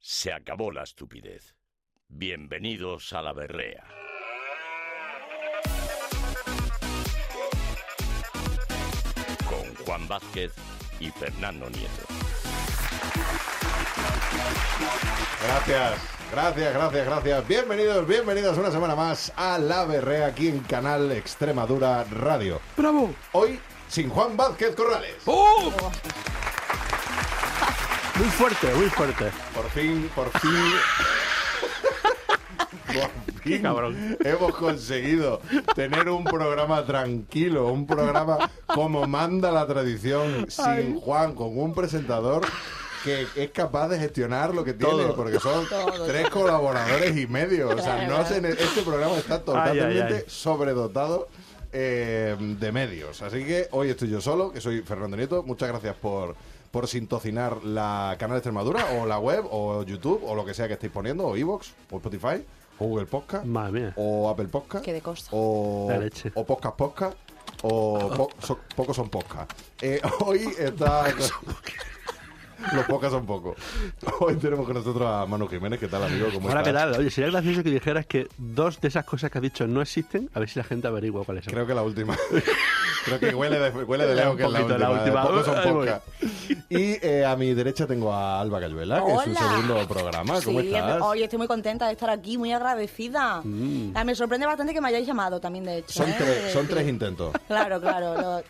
Se acabó la estupidez. Bienvenidos a la berrea. Con Juan Vázquez y Fernando Nieto. Gracias, gracias, gracias, gracias. Bienvenidos, bienvenidos una semana más a La Berrea aquí en Canal Extremadura Radio. ¡Bravo! Hoy sin Juan Vázquez Corrales. ¡Oh! Muy fuerte, muy fuerte. Por fin, por fin. por fin cabrón. hemos conseguido tener un programa tranquilo, un programa como manda la tradición, sin Juan, con un presentador que es capaz de gestionar lo que tiene, Todo. porque son tres colaboradores y medio. O sea, no hacen este programa está totalmente ay, ay. sobredotado. eh, de medios. Así que hoy estoy yo solo, que soy Fernando Nieto. Muchas gracias por, por sintocinar la canal Extremadura, o la web, o YouTube, o lo que sea que estéis poniendo, o Evox, o Spotify, o Google Podcast, Madre mía. o Apple Podcast, Qué de costa. o, La leche. o Podcast Podcast, o po- so- pocos son podcast. Eh, hoy está. Los podcasts son pocos. Hoy tenemos con nosotros a Manu Jiménez. ¿Qué tal, amigo? ¿Cómo Ahora estás? pedal, oye, sería gracioso que dijeras que dos de esas cosas que has dicho no existen, a ver si la gente averigua cuáles son. Creo que la última. Creo que huele de, huele de Un lejos que es la poquito última. la última. Pocos son Ahí voy. pocas. Y eh, a mi derecha tengo a Alba Cayuela, que es su Hola. segundo programa. ¿Cómo sí, estás? Mm. hoy estoy muy contenta de estar aquí, muy agradecida. Ah, Me sorprende bastante que me hayáis llamado también, de hecho. Son ¿eh? tres, son tres intentos. Claro, claro. lo-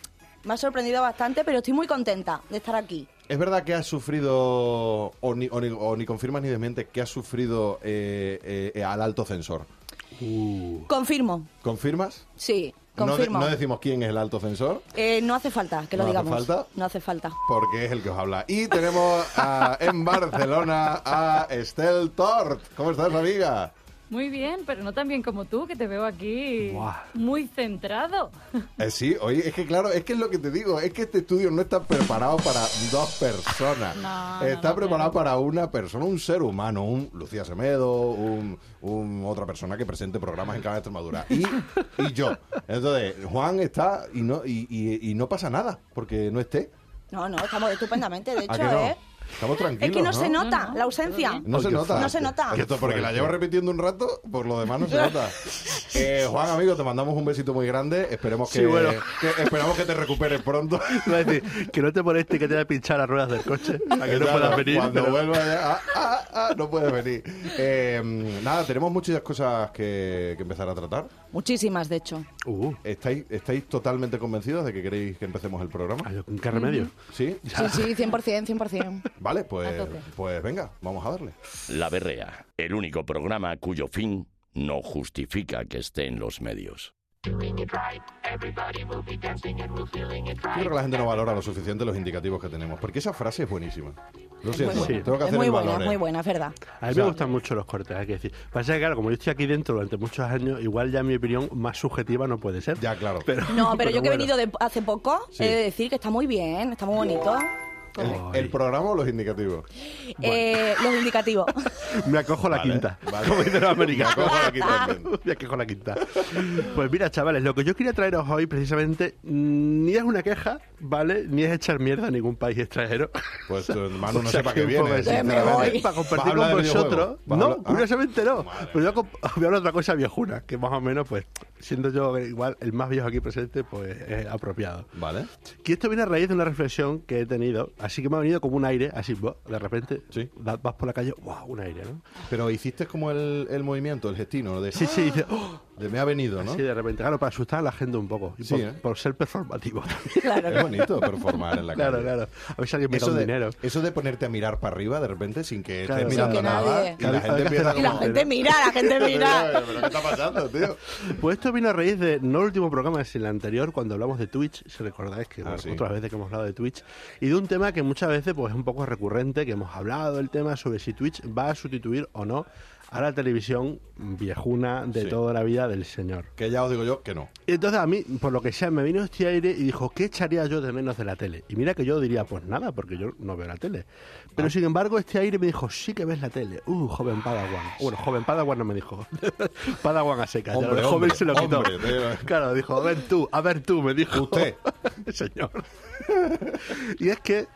me ha sorprendido bastante, pero estoy muy contenta de estar aquí. ¿Es verdad que has sufrido, o ni, o ni- o ni confirmas ni desmientes, que has sufrido eh, eh, eh, al alto censor? Uh, Confirmo, ¿Confirmas? sí, No de- confirmo. no decimos quién es el alto censor. Eh, no hace falta que lo ¿No hace digamos. falta? No hace falta. Porque es el que os habla. Y tenemos a- en Barcelona a Estelle Tort. ¿Cómo estás, amiga? Muy bien, pero no tan bien como tú, que te veo aquí Buah. muy centrado. Eh, sí, oye, es que claro, es que es lo que te digo, es que este estudio no está preparado para dos personas. No, no, está no, preparado claro. para una persona, un ser humano, un Lucía Semedo, un, un- otra persona que presente programas en Canal Extremadura. Y, y yo. Entonces, Juan está y no, y, y- y no pasa nada, porque no esté. No, no, estamos estupendamente, de ¿A hecho, que no? ¿eh? Estamos tranquilos. Es que no, se nota No, no, la ausencia. todo bien. No se Ay, qué nota. No se nota. Que esto porque la llevo repitiendo un rato, por lo demás no se nota. Eh, Juan, amigo, te mandamos un besito muy grande. Esperemos que, Sí, bueno. que- esperamos que te recuperes pronto. iba a decir, que no te moleste que te haya pinchado las ruedas del coche, para que no Claro, puedas venir. Cuando pero- vuelva ya, ah, ah, ah, no puedes venir. Eh, mm, nada, tenemos muchas cosas que, que empezar a tratar. Muchísimas, de hecho. Uh, ¿Estáis, ¿Estáis totalmente convencidos de que queréis que empecemos el programa? ay, ¿con qué remedio? ¿Sí? Sí, sí, 100%, 100%. Vale, A pues, tope. pues venga, vamos a darle. La berrea, el único programa cuyo fin no justifica que esté en los medios. Yo creo que la gente no valora lo suficiente los indicativos que tenemos, porque esa frase es buenísima. Lo Muy siento, buena, tengo que hacer muy el buena, valor, muy eh. buena, es verdad. A mí me gustan mucho los cortes, hay que decir. Pasa que, claro, como yo estoy aquí dentro durante muchos años, igual ya mi opinión más subjetiva no puede ser. Ya, claro. Pero- No, pero yo que he bueno. venido de hace poco, Sí. he de decir que está muy bien, está muy bonito. El, Ay. el programa o los indicativos. Eh, los indicativos. Me acojo la Vale, quinta. vale. Como dicen los americanos. Me acojo la quinta también. Me acojo la quinta. Pues mira, chavales, lo que yo quería traeros hoy precisamente mm, ni es una queja, ¿vale? Ni es echar mierda a ningún país extranjero. Pues eh, Manu no O sea, sepa que que un viene. poco de- Ya me sinceramente. voy. Para ¿Vas a compartir hablar con de videojuegos? vosotros. ¿Vas a No, hablar- ah, curiosamente no. Madre Pero yo voy a comp- voy a hablar de otra cosa viejuna, que más o menos, pues, siendo yo eh, igual el más viejo aquí presente, pues es apropiado. Vale. Que esto viene a raíz de una reflexión que he tenido, así que me ha venido como un aire, así, buah, de repente, Sí. da- vas por la calle, wow, un aire, ¿no? Pero hiciste como el, el movimiento, el gestino, de, Sí, sí, dice, "Oh", de me ha venido, ¿no? Sí, de repente, claro, para asustar a la gente un poco. Y Sí, por, ¿eh? por ser performativo. Claro, Es bonito performar en la claro, calle. claro. A ver si alguien me da Eso un de, dinero. eso de ponerte a mirar para arriba de repente sin que Claro. estés Sin mirando que nada nadie. y la Claro, hay gente que empieza hacer Y como... la gente mira, la gente mira. ¿Pero qué está pasando, tío? Pues esto viene a raíz de, no el último programa, es el anterior, cuando hablamos de Twitch, si recordáis que Ah, bueno, sí. otras veces que hemos hablado de Twitch, y de un tema que muchas veces pues, es un poco recurrente, que hemos hablado el tema sobre si Twitch va a sustituir o no a la televisión viejuna de Sí. toda la vida del señor. Que ya os digo yo que no. Y entonces a mí, por lo que sea, me vino este aire y dijo, ¿qué echaría yo de menos de la tele? Y mira que yo diría, pues nada, porque yo no veo la tele. Ah. Pero sin embargo, este aire me dijo, sí que ves la tele. Uh, joven Padawan. Bueno, joven Padawan no me dijo. Padawan a secas. ya Hombre, lo- joven hombre, se lo quitó. hombre, tío. claro, dijo, a ver tú, a ver tú, me dijo. Usted. Señor. y es que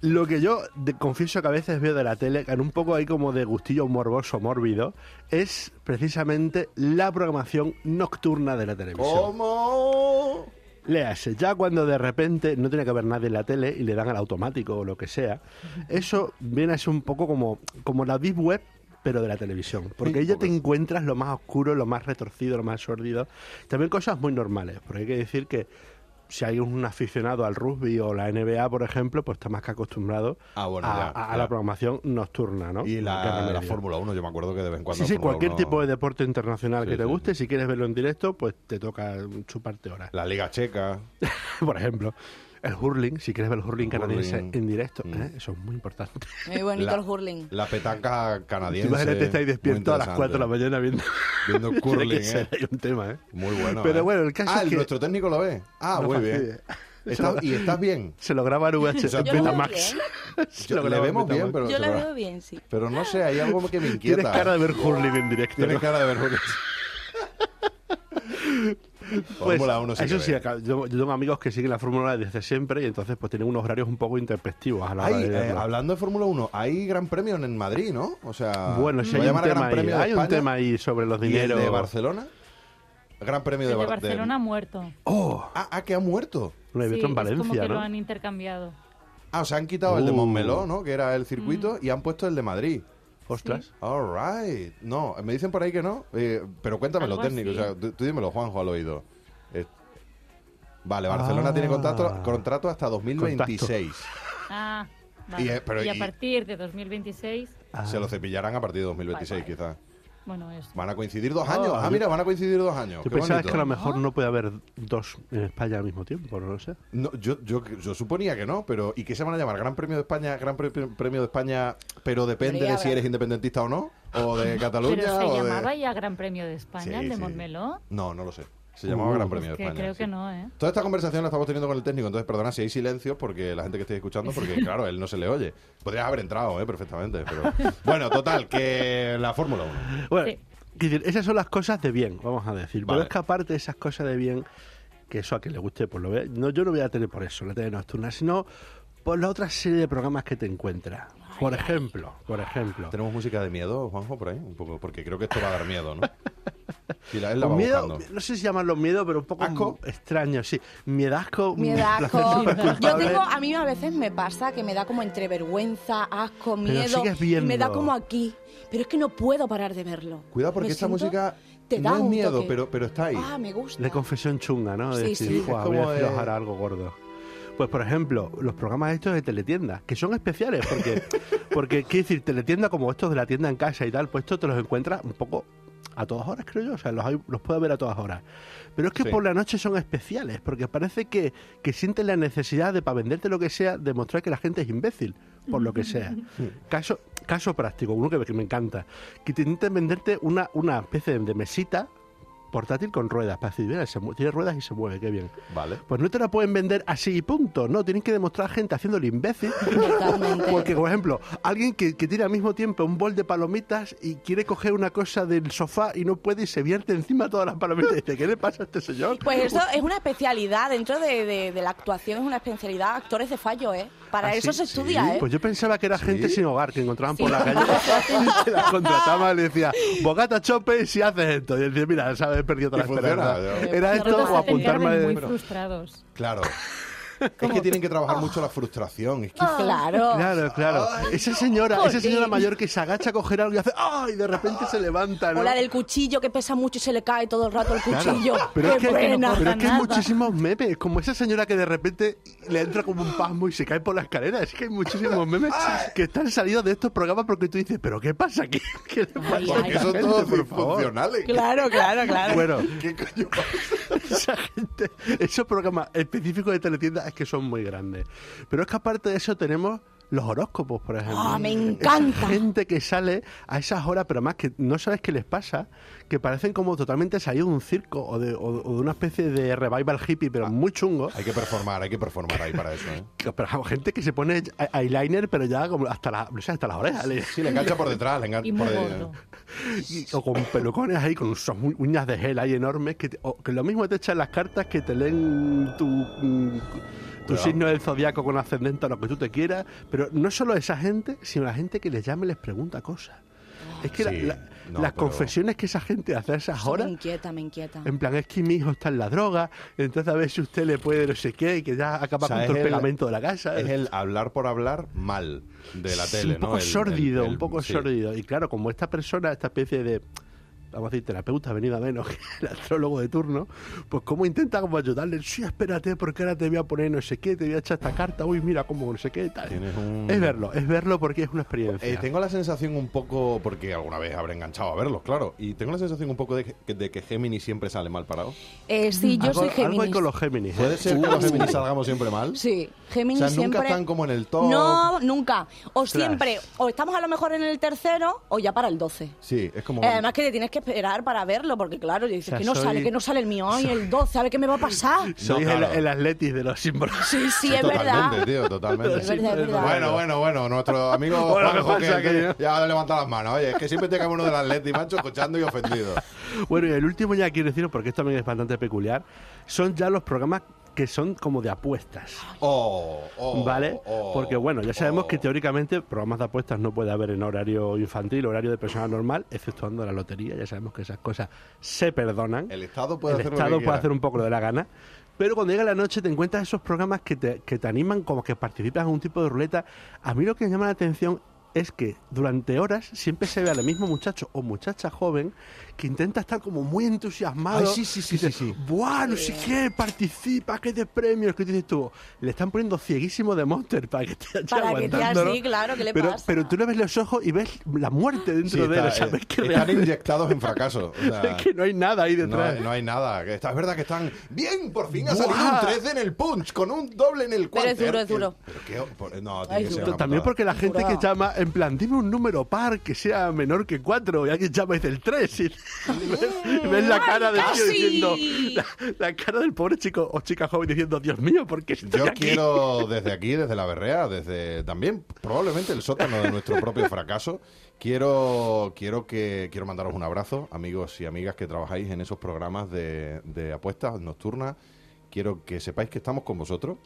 Lo que yo de- confieso que a veces veo de la tele, con un poco ahí como de gustillo morboso, mórbido, es precisamente la programación nocturna de la televisión. ¿Cómo? Léase, ya cuando de repente no tiene que haber nadie en la tele y le dan al automático o lo que sea, eso viene a ser un poco como, como la Deep Web, pero de la televisión. Porque ahí ya te encuentras lo más oscuro, lo más retorcido, lo más sordido. También cosas muy normales, porque hay que decir que si hay un aficionado al rugby o la NBA, por ejemplo, pues está más que acostumbrado Ah, bueno, a, ya, a- a ya. la programación nocturna, ¿no? Y Qué la, la remedio. Fórmula 1, yo me acuerdo que de vez en cuando. Sí, sí, la Fórmula cualquier 1 tipo de deporte internacional Sí, que te sí, guste, si quieres verlo en directo, pues te toca chuparte horas. La Liga Checa. por ejemplo. El hurling, si quieres ver el hurling El canadiense hurling. en directo, Mm. ¿eh? eso es muy importante. Muy bonito la, el hurling. La petanca canadiense. Imagínate, estáis muy despierto a las 4 de la interesante. mañana viendo, Viendo Tiene que curling, ser ¿eh? ahí un tema, ¿eh? Muy bueno. Pero ¿eh? bueno, el caso ah, es que- nuestro técnico lo ve. Ah, No muy bien. fastidies. Estás- ¿Y estás bien? Se lo graba en VH, sea, en Yo lo veo Betamax. Se Yo- lo le graba en vemos bien, Betamax. pero, Yo la veo bien, sí. pero no sé, hay algo que me inquieta. Tienes cara de ver hurling en directo. Tienes ¿no? cara de vergüenza. Pues, Fórmula 1 sí eso que sí, ve. acá- yo, yo tengo amigos que siguen la Fórmula 1 desde siempre y entonces pues tienen unos horarios un poco intempestivos a la hora Hay, de eh, verlo. hablando de Fórmula 1, hay gran premio en Madrid, ¿no? O sea, Bueno, si ¿lo hay un, llaman tema gran ahí, premio de hay un España? tema ahí sobre los ¿Y el dineros. de Barcelona? Gran premio El de, de Bar- de- Barcelona ha muerto. ¡Oh! Ah, ah, que ha muerto. Lo he Sí, visto en es como Valencia, que lo ¿no? han intercambiado. Ah, o sea, han quitado el de Uh. Montmeló, ¿no? Que era el circuito, Mm. y han puesto el de Madrid. Ostras. All right. No, me dicen por ahí que no. eh, pero cuéntamelo, Algo técnico. así. O sea, tú, tú dímelo, Juanjo, al oído. Eh, vale, Barcelona Ah. tiene contrato, contrato hasta 2026. Ah, vale. Y, eh, pero y a y- partir de 2026, Ah. Se lo cepillarán a partir de 2026, Bye, quizás. bueno, eso. Van a coincidir dos Oh. Ah, años. Ah, yo- mira, van a coincidir dos años. Yo Oh, Qué pensaba bonito. que a lo mejor no puede haber dos en España al mismo tiempo, no lo sé. No, yo, yo, yo suponía que no, pero ¿y qué se van a llamar? ¿Gran Premio de España? ¿Gran Pre- Premio de España? Pero depende Hombre, de ya si habrá. eres independentista o no, o de Cataluña. Pero se o de- llamaba ya Gran Premio de España, Sí, el de sí. Montmeló. No, no lo sé. Se llamaba Uh. Gran Pues Premio de que España. creo sí. que no, ¿eh? Toda esta conversación la estamos teniendo con el técnico, entonces perdona si hay silencio porque la gente que esté escuchando, porque claro, él no se le oye. Podrías haber entrado, ¿eh? perfectamente. Pero... Bueno, total, que la Fórmula 1. Bueno, Sí. quiero decir, esas son las cosas de bien, vamos a decir. Vale. Pero es que aparte de esas cosas de bien, que eso a que le guste, pues lo ve. No, yo no voy a tener por eso la tele nocturna, sino por la otra serie de programas que te encuentras. Por ejemplo, por ejemplo. Tenemos música de miedo, Juanjo, por ahí, un poco, porque creo que esto va a dar miedo, ¿no? Sí, la, él la va Miedo, buscando. no sé si llamarlo miedo, pero un poco ¿Asco? extraño, sí. Miedasco. Me da asco. placer superculpable. Yo tengo, a mí a veces me pasa que me da como entre vergüenza, asco, miedo. sigues y me da viendo. como aquí. Pero es que no puedo parar de verlo. Cuidado porque Me esta siento- música te da no es un miedo, toque. pero, pero está ahí. Ah, me gusta. De confesión chunga, ¿no? De Sí, decir, sí. "Jua, Es voy como a de- aflojar algo gordo. Pues, por ejemplo, los programas estos de teletienda, que son especiales, porque, porque quiero decir, teletienda como estos de la tienda en casa y tal, pues estos te los encuentras un poco a todas horas, creo yo, o sea, los, hay- los puedes ver a todas horas. Pero es que Sí. por la noche son especiales, porque parece que, que sienten la necesidad de, para venderte lo que sea, demostrar que la gente es imbécil, por lo que sea. caso, caso práctico, uno que, que me encanta, que te intentan venderte una, una especie de- de mesita portátil con ruedas, para decir, mira, se mue- tiene ruedas y se mueve, qué bien. Vale. Pues no te la pueden vender así y punto, no, tienen que demostrar a gente haciendo el imbécil. Totalmente. Porque, por ejemplo, alguien que, que tiene al mismo tiempo un bol de palomitas y quiere coger una cosa del sofá y no puede y se vierte encima todas las palomitas y dice, ¿qué le pasa a este señor? Pues eso es una especialidad dentro de, de- de la actuación, es una especialidad actores de fallo, ¿eh? Para ¿Ah, eso sí? se estudia, Sí, ¿eh? Pues yo pensaba que era gente sin hogar, que encontraban por Sí. la calle, que las contrataban y le decía, bogata chope y si haces esto. Y él decía, mira, sabes, he perdido toda Y la funciona, esperanza. yo- Era Nosotros esto o se te apuntarme... pierden muy Pero- frustrados. Claro. Es que tienen que trabajar mucho la frustración. Es que Claro. Claro, claro. esa señora, esa jolín. señora mayor que se agacha a coger algo y hace ¡ay! y de repente se levanta, ¿no? O la del cuchillo que pesa mucho y se le cae todo el rato el Claro. cuchillo. Pero ¡Qué es que, pena! pero es que hay nada. muchísimos memes, como esa señora que de repente le entra como un pasmo y se cae por la escalera. Es que hay muchísimos memes que están salidos de estos programas porque tú dices, ¿pero qué pasa aquí? ¿Qué le pasa Ay, a porque esta son gente, todos por favor? disfuncionales. Claro, claro, claro. Bueno, ¿Qué coño esa gente, esos programas específicos de teletienda es que son muy grandes. Pero es que aparte de eso tenemos los horóscopos, por ejemplo. Ah, me Esa encanta. gente que sale a esas horas, pero más que no sabes qué les pasa, que parecen como totalmente salidos de un circo o de, o- o de una especie de revival hippie, pero muy chungo. Hay que performar, hay que performar ahí para eso. ¿eh? Que- Pero vamos, gente que se pone e- eyeliner, pero ya como hasta, la, o sea, hasta las orejas. le- Sí, le engancha por detrás, le Y engancha muy por eh. gordo. detrás. y- o con pelucones ahí, con sus mu- uñas de gel ahí enormes, que, te- o que lo mismo te echan las cartas que te leen tu mm, tu Cuidado. signo del zodiaco con ascendente a lo que tú te quieras, pero no solo esa gente, sino la gente que les llama y les pregunta cosas. Es que la- Sí, la- no, las pero- confesiones que esa gente hace a esas Eso horas, Me inquieta, me inquieta. en plan, es que mi hijo está en la droga, entonces a ver si usted le puede no sé qué, y que ya acaba O sea, con es todo el el- pegamento de la casa. Es el hablar por hablar mal de la Sí, tele, Un ¿no? poco El- el- sórdido, el- un poco sí. sórdido. Y claro, como esta persona, esta especie de, vamos a decir, terapeuta venido a menos que el astrólogo de turno, pues como intenta como ayudarle, sí, espérate, porque ahora te voy a poner no sé qué, te voy a echar esta carta, uy, mira cómo no sé qué, tal. Tienes un- Es verlo, es verlo porque es una experiencia. Eh, tengo la sensación un poco, porque alguna vez habré enganchado a verlos, claro, y tengo la sensación un poco de que, de que Géminis siempre sale mal parado. Eh, sí, yo algo, soy algo hay Géminis. con los Géminis. ¿eh? ¿Puede ser que los Géminis salgamos siempre mal? Uh. Sí, O Géminis sea, nunca siempre... están como en el top. No, nunca. O siempre, o estamos a lo mejor en el tercero o ya para el 12. Sí, es como... Eh, Además que te tienes que esperar para verlo, porque claro, dices O sea, que no soy- sale, que no sale el mío, ay, el 12, a ver qué me va a pasar. Sois No, claro. el, el atletis de los símbolos. Sí, sí, es verdad. totalmente, tío, totalmente. Es verdad, es verdad. Bueno, bueno, bueno, nuestro amigo Bueno, ¿qué Juanjo pasa, que que- ya ha levantado las manos. Oye, es que siempre te cae uno del Atleti, macho, escuchando y ofendido. Bueno, y el último ya quiero deciros, porque esto también es bastante peculiar, son ya los programas que son como de apuestas. Oh, oh, ¿Vale? oh, Porque bueno, ya sabemos oh. que teóricamente programas de apuestas no puede haber en horario infantil, horario de persona normal, exceptuando la lotería. Ya sabemos que esas cosas se perdonan. El Estado puede El hacer lo que Estado puede quiera. hacer un poco lo de la gana. Pero cuando llega la noche te encuentras esos programas que te, que te animan como que participas en un tipo de ruleta. A mí lo que me llama la atención es que durante horas siempre se ve al mismo muchacho o muchacha joven que intenta estar como muy entusiasmado. Ay, sí, sí, sí, Y dice, sí, sí. ¡Buah, no sé qué! Participa, que de premios, que dices tú. Le están poniendo cieguísimo de Monster para que te haya Para que te aguantándolo. así, claro, ¿qué le pero, pasa? pero tú le ves los ojos y ves la muerte Sí, dentro de él. está, ¿sabes? eh, que están realmente- inyectados en fracaso. o sea, es que no hay nada ahí no, detrás. hay- no hay nada. que está- es verdad que están. ¡Bien! Por fin ha salido un ¡Buah! 13 en el punch, con un doble en el Pero cuarter. es duro, es duro. Pero qué- por- no, tiene Ay, que ser duro. una También putada. porque la gente que Jurado. llama, en plan, dime un número par que sea menor que 4 y alguien llama y dice el 3 y ves, ves la cara del tío casi! diciendo, la, la cara del pobre chico o chica joven diciendo, Dios mío, ¿por qué estoy Yo aquí?". quiero desde aquí, desde la berrea, desde también probablemente el sótano de nuestro propio fracaso, quiero quiero que quiero mandaros un abrazo, amigos y amigas que trabajáis en esos programas de, de apuestas nocturnas. Quiero que sepáis que estamos con vosotros,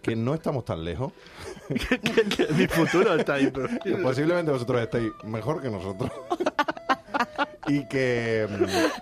que no estamos tan lejos, Que- que- que mi futuro está ahí. pero- que posiblemente vosotros estéis mejor que nosotros. Y que,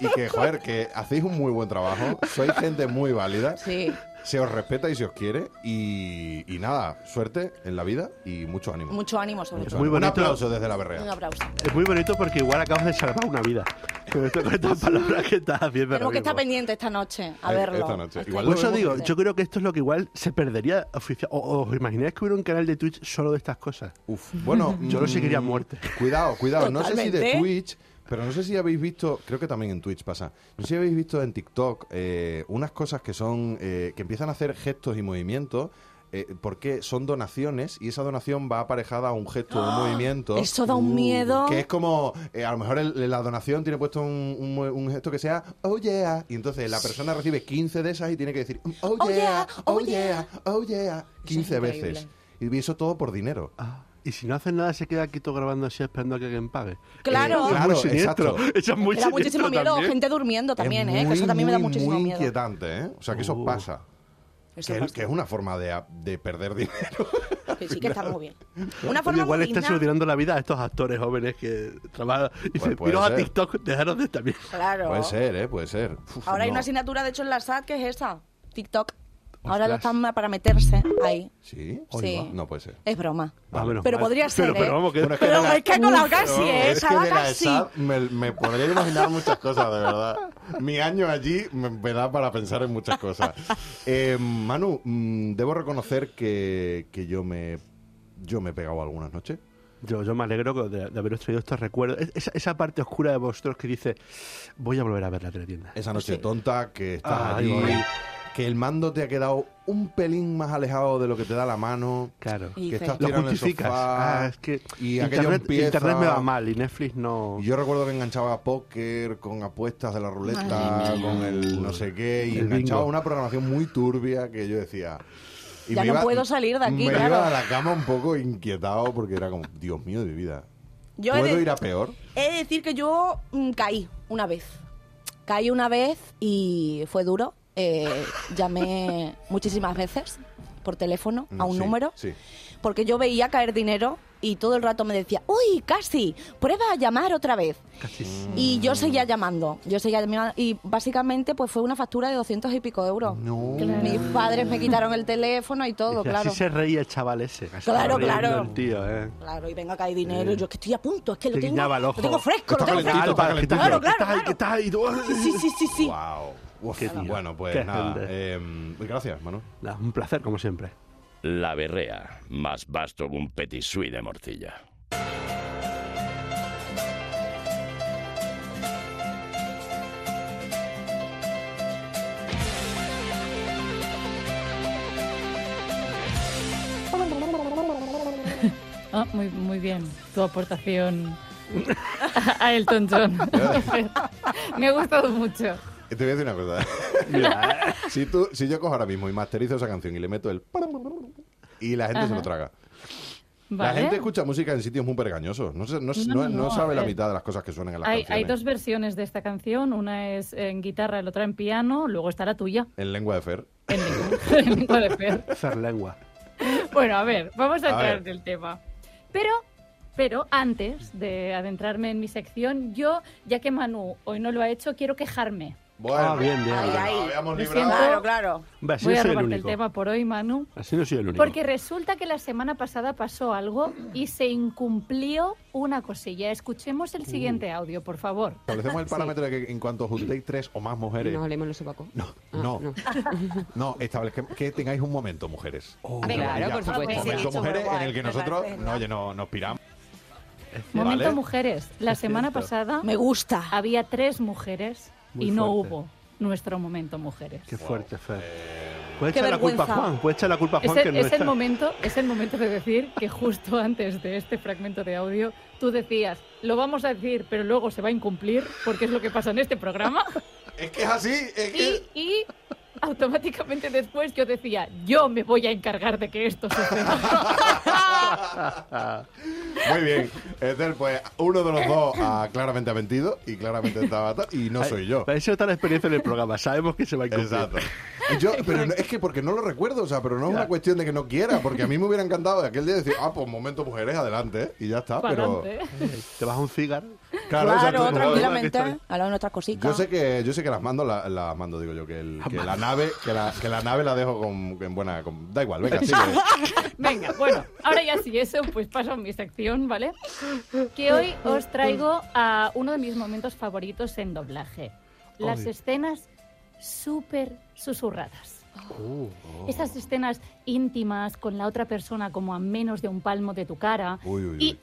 y que, joder, que hacéis un muy buen trabajo, sois gente muy válida. Sí, Se os respeta y se os quiere. Y, y nada, suerte en la vida y mucho ánimo. mucho ánimo sobre Mucho todo. Muy ánimo. Un bonito. aplauso desde la Un berrea. aplauso. Es muy bonito porque igual acabas de salvar una vida. Con esto- con estas palabras que estás haciendo. Tenemos ahora que estar mismo. pendiente esta noche a Eh, verlo. esta noche. Estoy Igual Por eso muy digo, pendiente. yo creo que esto es lo que igual se perdería oficial. ¿O- o ¿Os imagináis que hubiera un canal de Twitch solo de estas cosas? Uf. Bueno, Yo lo seguiría a mm, muerte. Cuidado, cuidado. No sé si Totalmente. de Twitch, pero no sé si habéis visto, creo que también en Twitch pasa. No sé si habéis visto en TikTok eh, unas cosas que son eh, que empiezan a hacer gestos y movimientos. eh, porque son donaciones y esa donación va aparejada a un gesto, o un movimiento. ¡Ah! Uh, Eso da un miedo. Que es como, eh, a lo mejor el- la donación tiene puesto un, un mue- un gesto que sea, oh yeah. Y entonces la persona recibe 15 de esas y tiene que decir, oh Oh, yeah, yeah, oh oh, yeah, oh yeah. es 15 increíble. veces. Y eso todo por dinero. Ah, y si no hacen nada, se queda aquí todo grabando así esperando a que alguien pague. Claro. Eso es Claro, muy siniestro. exacto. Eso es muy me da muchísimo siniestro miedo, también. gente durmiendo también, ¿eh? Que muy, eso también me da muy, muchísimo muy miedo. inquietante, ¿eh? O sea, que eso Uh. pasa. Que, Eso es- pasa. que es una forma de, a- de perder dinero. Que sí que está muy bien. Una Oye, forma igual muy están digna. solucionando la vida a estos actores jóvenes que trabajan. Y Pues dicen, puede "Iros a ser. TikTok, dejaros de esta mierda". Claro. Puede ser, ¿eh? Puede ser. Uf, Ahora hay no. una asignatura, de hecho, en la SAT que es esa, TikTok. Ahora lo Ostras. están para meterse ahí. ¿Sí? Sí. Oiga, No puede ser. Es broma. Ah, menos Pero mal. podría ser, Pero, pero ¿eh? vamos, que- Bueno, es que Pero de la- es que ha colado Uf, casi, no, ¿eh? Es que Estaba de la casi. ESAD me, me podría imaginar muchas cosas, de verdad. Mi año allí me, me da para pensar en muchas cosas. Eh, Manu, mm, debo reconocer que, que yo me yo me he pegado algunas noches. Yo, yo me alegro que- de, de haberos traído estos recuerdos. Es- esa, esa parte oscura de vosotros que dice, voy a volver a ver la teletienda. Esa noche tonta que estás Ah, allí, ahí voy. que el mando te ha quedado un pelín más alejado de lo que te da la mano. Claro. Y Que dices, estás Lo tirado en el justificas. sofá, Ah, es que y aquello internet, empieza- internet me va mal y Netflix no... Yo recuerdo que enganchaba póker con apuestas de la ruleta, con el no sé qué, y El enganchaba bingo. una programación muy turbia que yo decía. y Ya no puedo salir de aquí, Me claro. iba a la cama un poco inquietado porque era como, Dios mío de mi vida. Yo he ¿Puedo de- ir a peor? He de decir que yo mm, caí una vez. Caí una vez y fue duro. eh, llamé muchísimas veces por teléfono a un Sí, número Sí. porque yo veía caer dinero y todo el rato me decía, uy, casi, prueba a llamar otra vez. Mm. Y Mm. yo seguía llamando, yo seguía llamando y básicamente pues fue una factura de 200 y pico euros. No. Claro. Mis padres me quitaron el teléfono y todo, Dice, claro. Así se reía el chaval ese. así Claro, estaba riendo claro. El tío, ¿eh? Claro, y venga acá hay dinero, y yo es que estoy a punto, es que lo Te tengo, guiñaba el lo ojo. tengo fresco, Está lo tengo calentito, fresco. está calentito. Claro, ¿Qué claro, estás ahí? claro. ¿Qué estás ahí? Sí, sí, sí, sí, sí. Wow. Uf, Qué tío. bueno, pues Qué nada. gente. em, gracias, Manu. Nada, Un placer, como siempre. La berrea, más vasto que un petit suisse de morcilla. Ah, muy, muy bien, tu aportación a Elton John. Me ha gustado mucho. Eh, Te voy a decir una cosa. si, tú, si yo cojo ahora mismo y masterizo esa canción y le meto el... Y la gente se lo traga. Vale. La gente escucha música en sitios muy pergañosos. No, se- no, se- no- No, no no, sabe a la ver. mitad de las cosas que suenan en las Hay, hay canciones. dos versiones de esta canción, una es en guitarra, la otra en piano, luego está la tuya, En lengua de Fer. Ah, en ningún- en ningún lugar. Hacer lengua. Bueno, a ver, vamos a, A entrar ver. en el tema. Pero, pero antes de adentrarme en mi sección, yo, ya que Manu hoy no lo ha hecho, quiero quejarme. Bueno, Ah, bien, bien. Ay, ay. habíamos Lo librado. siento. Claro, claro. Va, así Voy no Ah, soy a el robarte el único. tema por hoy, Manu. Así no soy el único. Porque resulta que la semana pasada pasó algo y se incumplió una cosilla. Escuchemos el siguiente audio, por favor. Establecemos el parámetro de que en cuanto juntéis tres o más mujeres... No hablemos los sobacos. No, Ah, no. No, establezcamos que tengáis un momento, mujeres. A ver, claro, Ya, por Un supuesto. pues sí. momento, dicho, mujeres, pero en el que guay, me nosotros parece, no, oye, no- nos piramos. Momento, Vale. mujeres. La semana pasada Me gusta. había tres mujeres Muy y no fuerte. hubo nuestro momento, mujeres. Qué fuerte, Fer. Eh, Puedes echar la vergüenza. culpa a Juan. Puedes echar la culpa a Es Juan el, que no es el está. momento, es el momento de decir que justo antes de este fragmento de audio tú decías, lo vamos a decir, pero luego se va a incumplir, porque es lo que pasa en este programa. Es que es así, es Y, que... y automáticamente después yo decía, yo me voy a encargar de que esto suceda. Muy bien. Ethel, pues uno de los dos ah, claramente ha mentido y claramente estaba... ta- Y no soy yo. Para eso está la experiencia en el programa. Sabemos que se va a incumplir. Exacto. Yo, pero no- es que porque no lo recuerdo, o sea, pero no es una cuestión de que no quiera, porque a mí me hubiera encantado de aquel día decir, ah, pues momento mujeres, adelante, y ya está, pero... Pa'lante. Te vas a un cigar. Claro, Claro, exacto, como- tranquilamente. Ahora que estoy- Hablando de nuestras Yo cositas. sé que yo sé que las mando, la- las mando, digo yo, que, el- que la nave, que la, que la nave la dejo con, en buena, con- da igual, venga, sigue. Venga, bueno, ahora ya sí eso, pues paso a mi sección, ¿vale? Que hoy os traigo a uno de mis momentos favoritos en doblaje. Las Ay. escenas súper susurradas. Oh. Esas escenas íntimas con la otra persona como a menos de un palmo de tu cara. Uy, uy, uy. Y,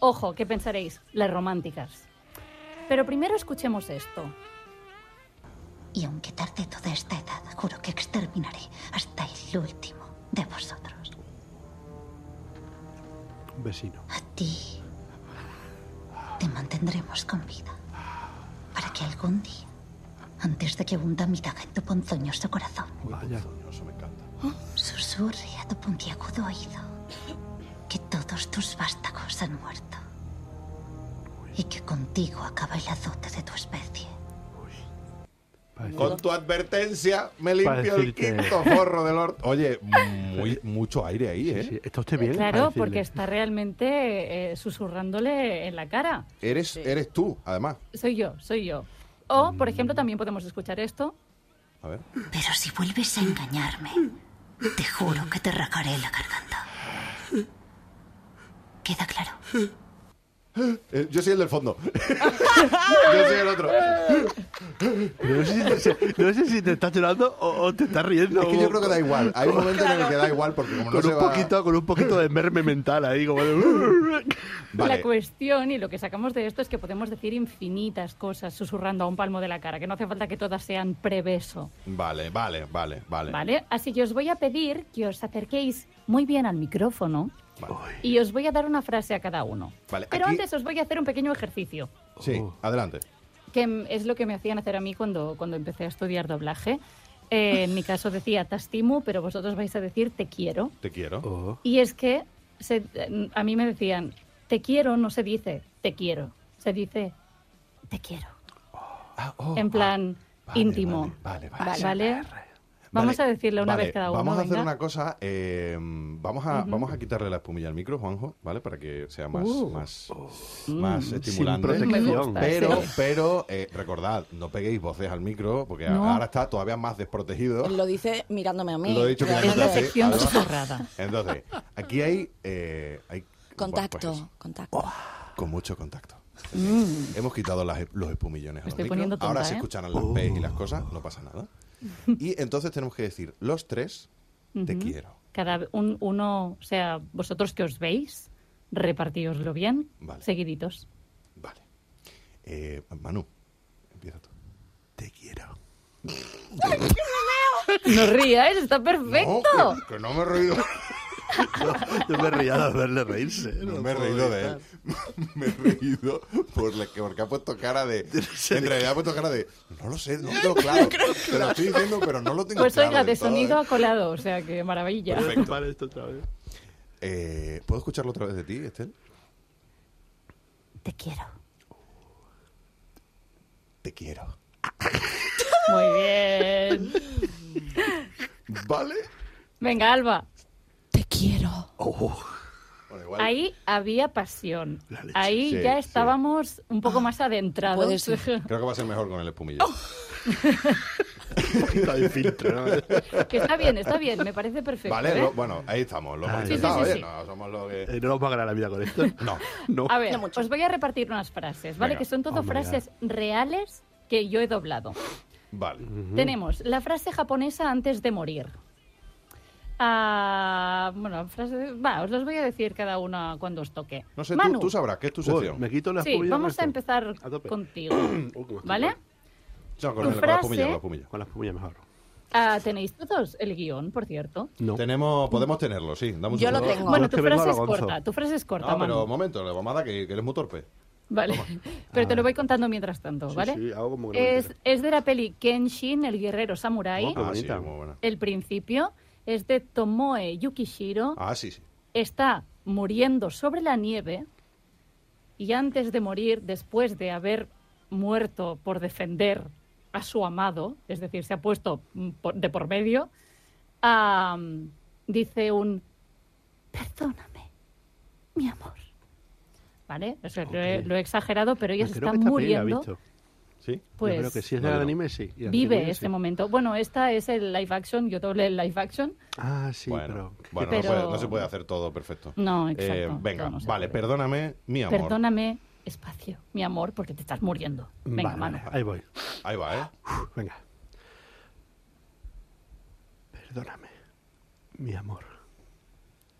ojo, ¿qué pensaréis? Las románticas. Pero primero escuchemos esto. Y aunque tarde toda esta edad, juro que exterminaré hasta el último de vosotros. Un vecino. A ti te mantendremos con vida. Para que algún día, antes de que hunda mi daga en tu ponzoñoso corazón, Vaya. susurre a tu puntiagudo oído que todos tus vástagos han muerto. Y que contigo acaba el azote de tu especie. Parece- Con tu advertencia me limpio el decirte- quinto forro del orto. Oye, muy, mucho aire ahí, ¿eh? Sí, ¿Está usted bien? Claro, Para porque decirle. está realmente eh, susurrándole en la cara. Eres, eres tú, además. Soy yo, soy yo. O, por Mm. ejemplo, también podemos escuchar esto. A ver. Pero si vuelves a engañarme, te juro que te rajaré la garganta. ¿Queda claro? Eh, yo soy el del fondo. yo soy el otro. No sé, si te, no sé si te estás llorando o, o te estás riendo. Es que yo o- creo que da igual. Hay un momento en el que da igual porque como no con se un va- poquito con un poquito de merme mental ahí como de... Vale. La cuestión y lo que sacamos de esto es que podemos decir infinitas cosas susurrando a un palmo de la cara, que no hace falta que todas sean prebeso, Vale, vale, vale, vale. ¿vale? Así que os voy a pedir que os acerquéis muy bien al micrófono Vale. y os voy a dar una frase a cada uno. Vale, Pero aquí- antes os voy a hacer un pequeño ejercicio, Sí, Uh. adelante. que mm, es lo que me hacían hacer a mí cuando, cuando empecé a estudiar doblaje. Eh, en mi caso decía te estimo, pero vosotros vais a decir te quiero. Te quiero. Oh, Y es que se- a mí me decían, te quiero no se Ah, dice te quiero, se dice te quiero. en plan, íntimo. oh, Vale, vale. vale. Vale. Vamos a decirle una Vale, vez cada uno. Vamos a hacer venga. una cosa. eh, vamos, a, vamos a quitarle la espumilla al micro, Juanjo, ¿vale? Para que sea más, Uh. más, más Mm, estimulante. sin protección. Me gusta. Pero, Sí. pero eh, recordad, no peguéis voces al micro, porque a- No. ahora está todavía más desprotegido. Lo dice mirándome a mí. Lo he dicho Es realmente. una Sí, sección además. cerrada. Entonces, aquí hay... eh, hay Contacto, bueno, contacto. pues, con mucho contacto. Mm. Hemos quitado las- los espumillones a los estoy micros. poniendo tonta, Ahora se ¿eh? escucharán las P y las cosas, no pasa nada. Y entonces tenemos que decir, los tres, te quiero. Cada un- uno, o sea, vosotros que os veis, repartíoslo bien, Vale. seguiditos. Vale. Eh, Manu, empieza tú. Te quiero. No ríais, está perfecto. No, que, que no me he reído. Yo, yo me he reído de verle reírse. No lo me he puedo reído de evitar. él. Me he reído por la que, porque ha puesto cara de. En realidad ha puesto cara de. No lo sé, no lo tengo claro. Te lo estoy diciendo, pero no lo tengo Pues claro. oiga, de del todo, sonido ¿eh? ha colado, o sea, que maravilla. Perfecto. Vale, esto otra vez. Eh, ¿Puedo escucharlo otra vez de ti, Estel? Te quiero. Te quiero. Muy bien. ¿Vale? Venga, Alba. Te quiero. Bueno, igual. Ahí había pasión. La leche. Ahí Sí, ya sí. estábamos un poco más adentrados. Ah, Puede ser. Creo que va a ser mejor con el espumillón. Oh, Un poquito de filtro, ¿no? Eh, que está bien, está bien, me parece perfecto. vale, ¿eh? lo- bueno, ahí estamos. Lo hemos Ah, sí, intentado, sí, oye, sí. no somos lo que. Eh, no nos va a ganar la vida con esto. No. No. A ver, No mucho. os voy a repartir unas frases, ¿vale? Venga. Que son todo Oh, my frases reales que yo he doblado. Vale. Tenemos la frase japonesa antes de morir. Ah, bueno, frase, va, os los voy a decir cada una cuando os toque. No sé, tú, Manu, tú sabrás, ¿qué es tu Uy, sección? me quito la sí, espumilla vamos con a esto. empezar A tope. contigo, Uh, que me estoy ¿vale? quemando. No, con, tu el, con la frase- espumilla, con la espumilla. Con la espumilla mejor. Ah, Tenéis todos el guión, por cierto. No. Tenemos, podemos tenerlo, sí. Dame un Yo lo segundo. tengo. Bueno, es tu que vengo frase a es lo Gonzo. corta, tu frase es corta, No, Manu. pero un momento, la mamada que, que eres muy torpe. Vale. Pero te lo voy contando mientras tanto, Ah, Sí, ¿vale? sí, hago como que no me es, entero. es de la peli Kenshin, el guerrero Qué samurái. Ah, sí, bonita. muy buena. El principio es de Tomoe Yukishiro. Ah, sí, sí. Está muriendo sobre la nieve y antes de morir, después de haber muerto por defender a su amado, es decir, se ha puesto mm, por- de por medio, ah, dice un perdóname, mi amor. ¿Vale? O sea, lo, he, Ok. lo he exagerado, pero ella Yo se creo está que esta peli la he muriendo. visto. ¿Sí? Pues Yo creo que si es No, del no. anime, sí. Y la vive antigua, este sí. momento. Bueno, esta es el live action, yo doble el live action. Ah, sí, bueno, pero... bueno Pero- No, puede- no se puede hacer todo perfecto. No, exacto, Eh, venga, todo no se vale, puede. perdóname, mi amor. Perdóname, espacio, mi amor, porque te estás muriendo. Venga, Vale, mano. vale, Ahí voy. Ahí va, ¿eh? Uf, venga. Perdóname, mi amor.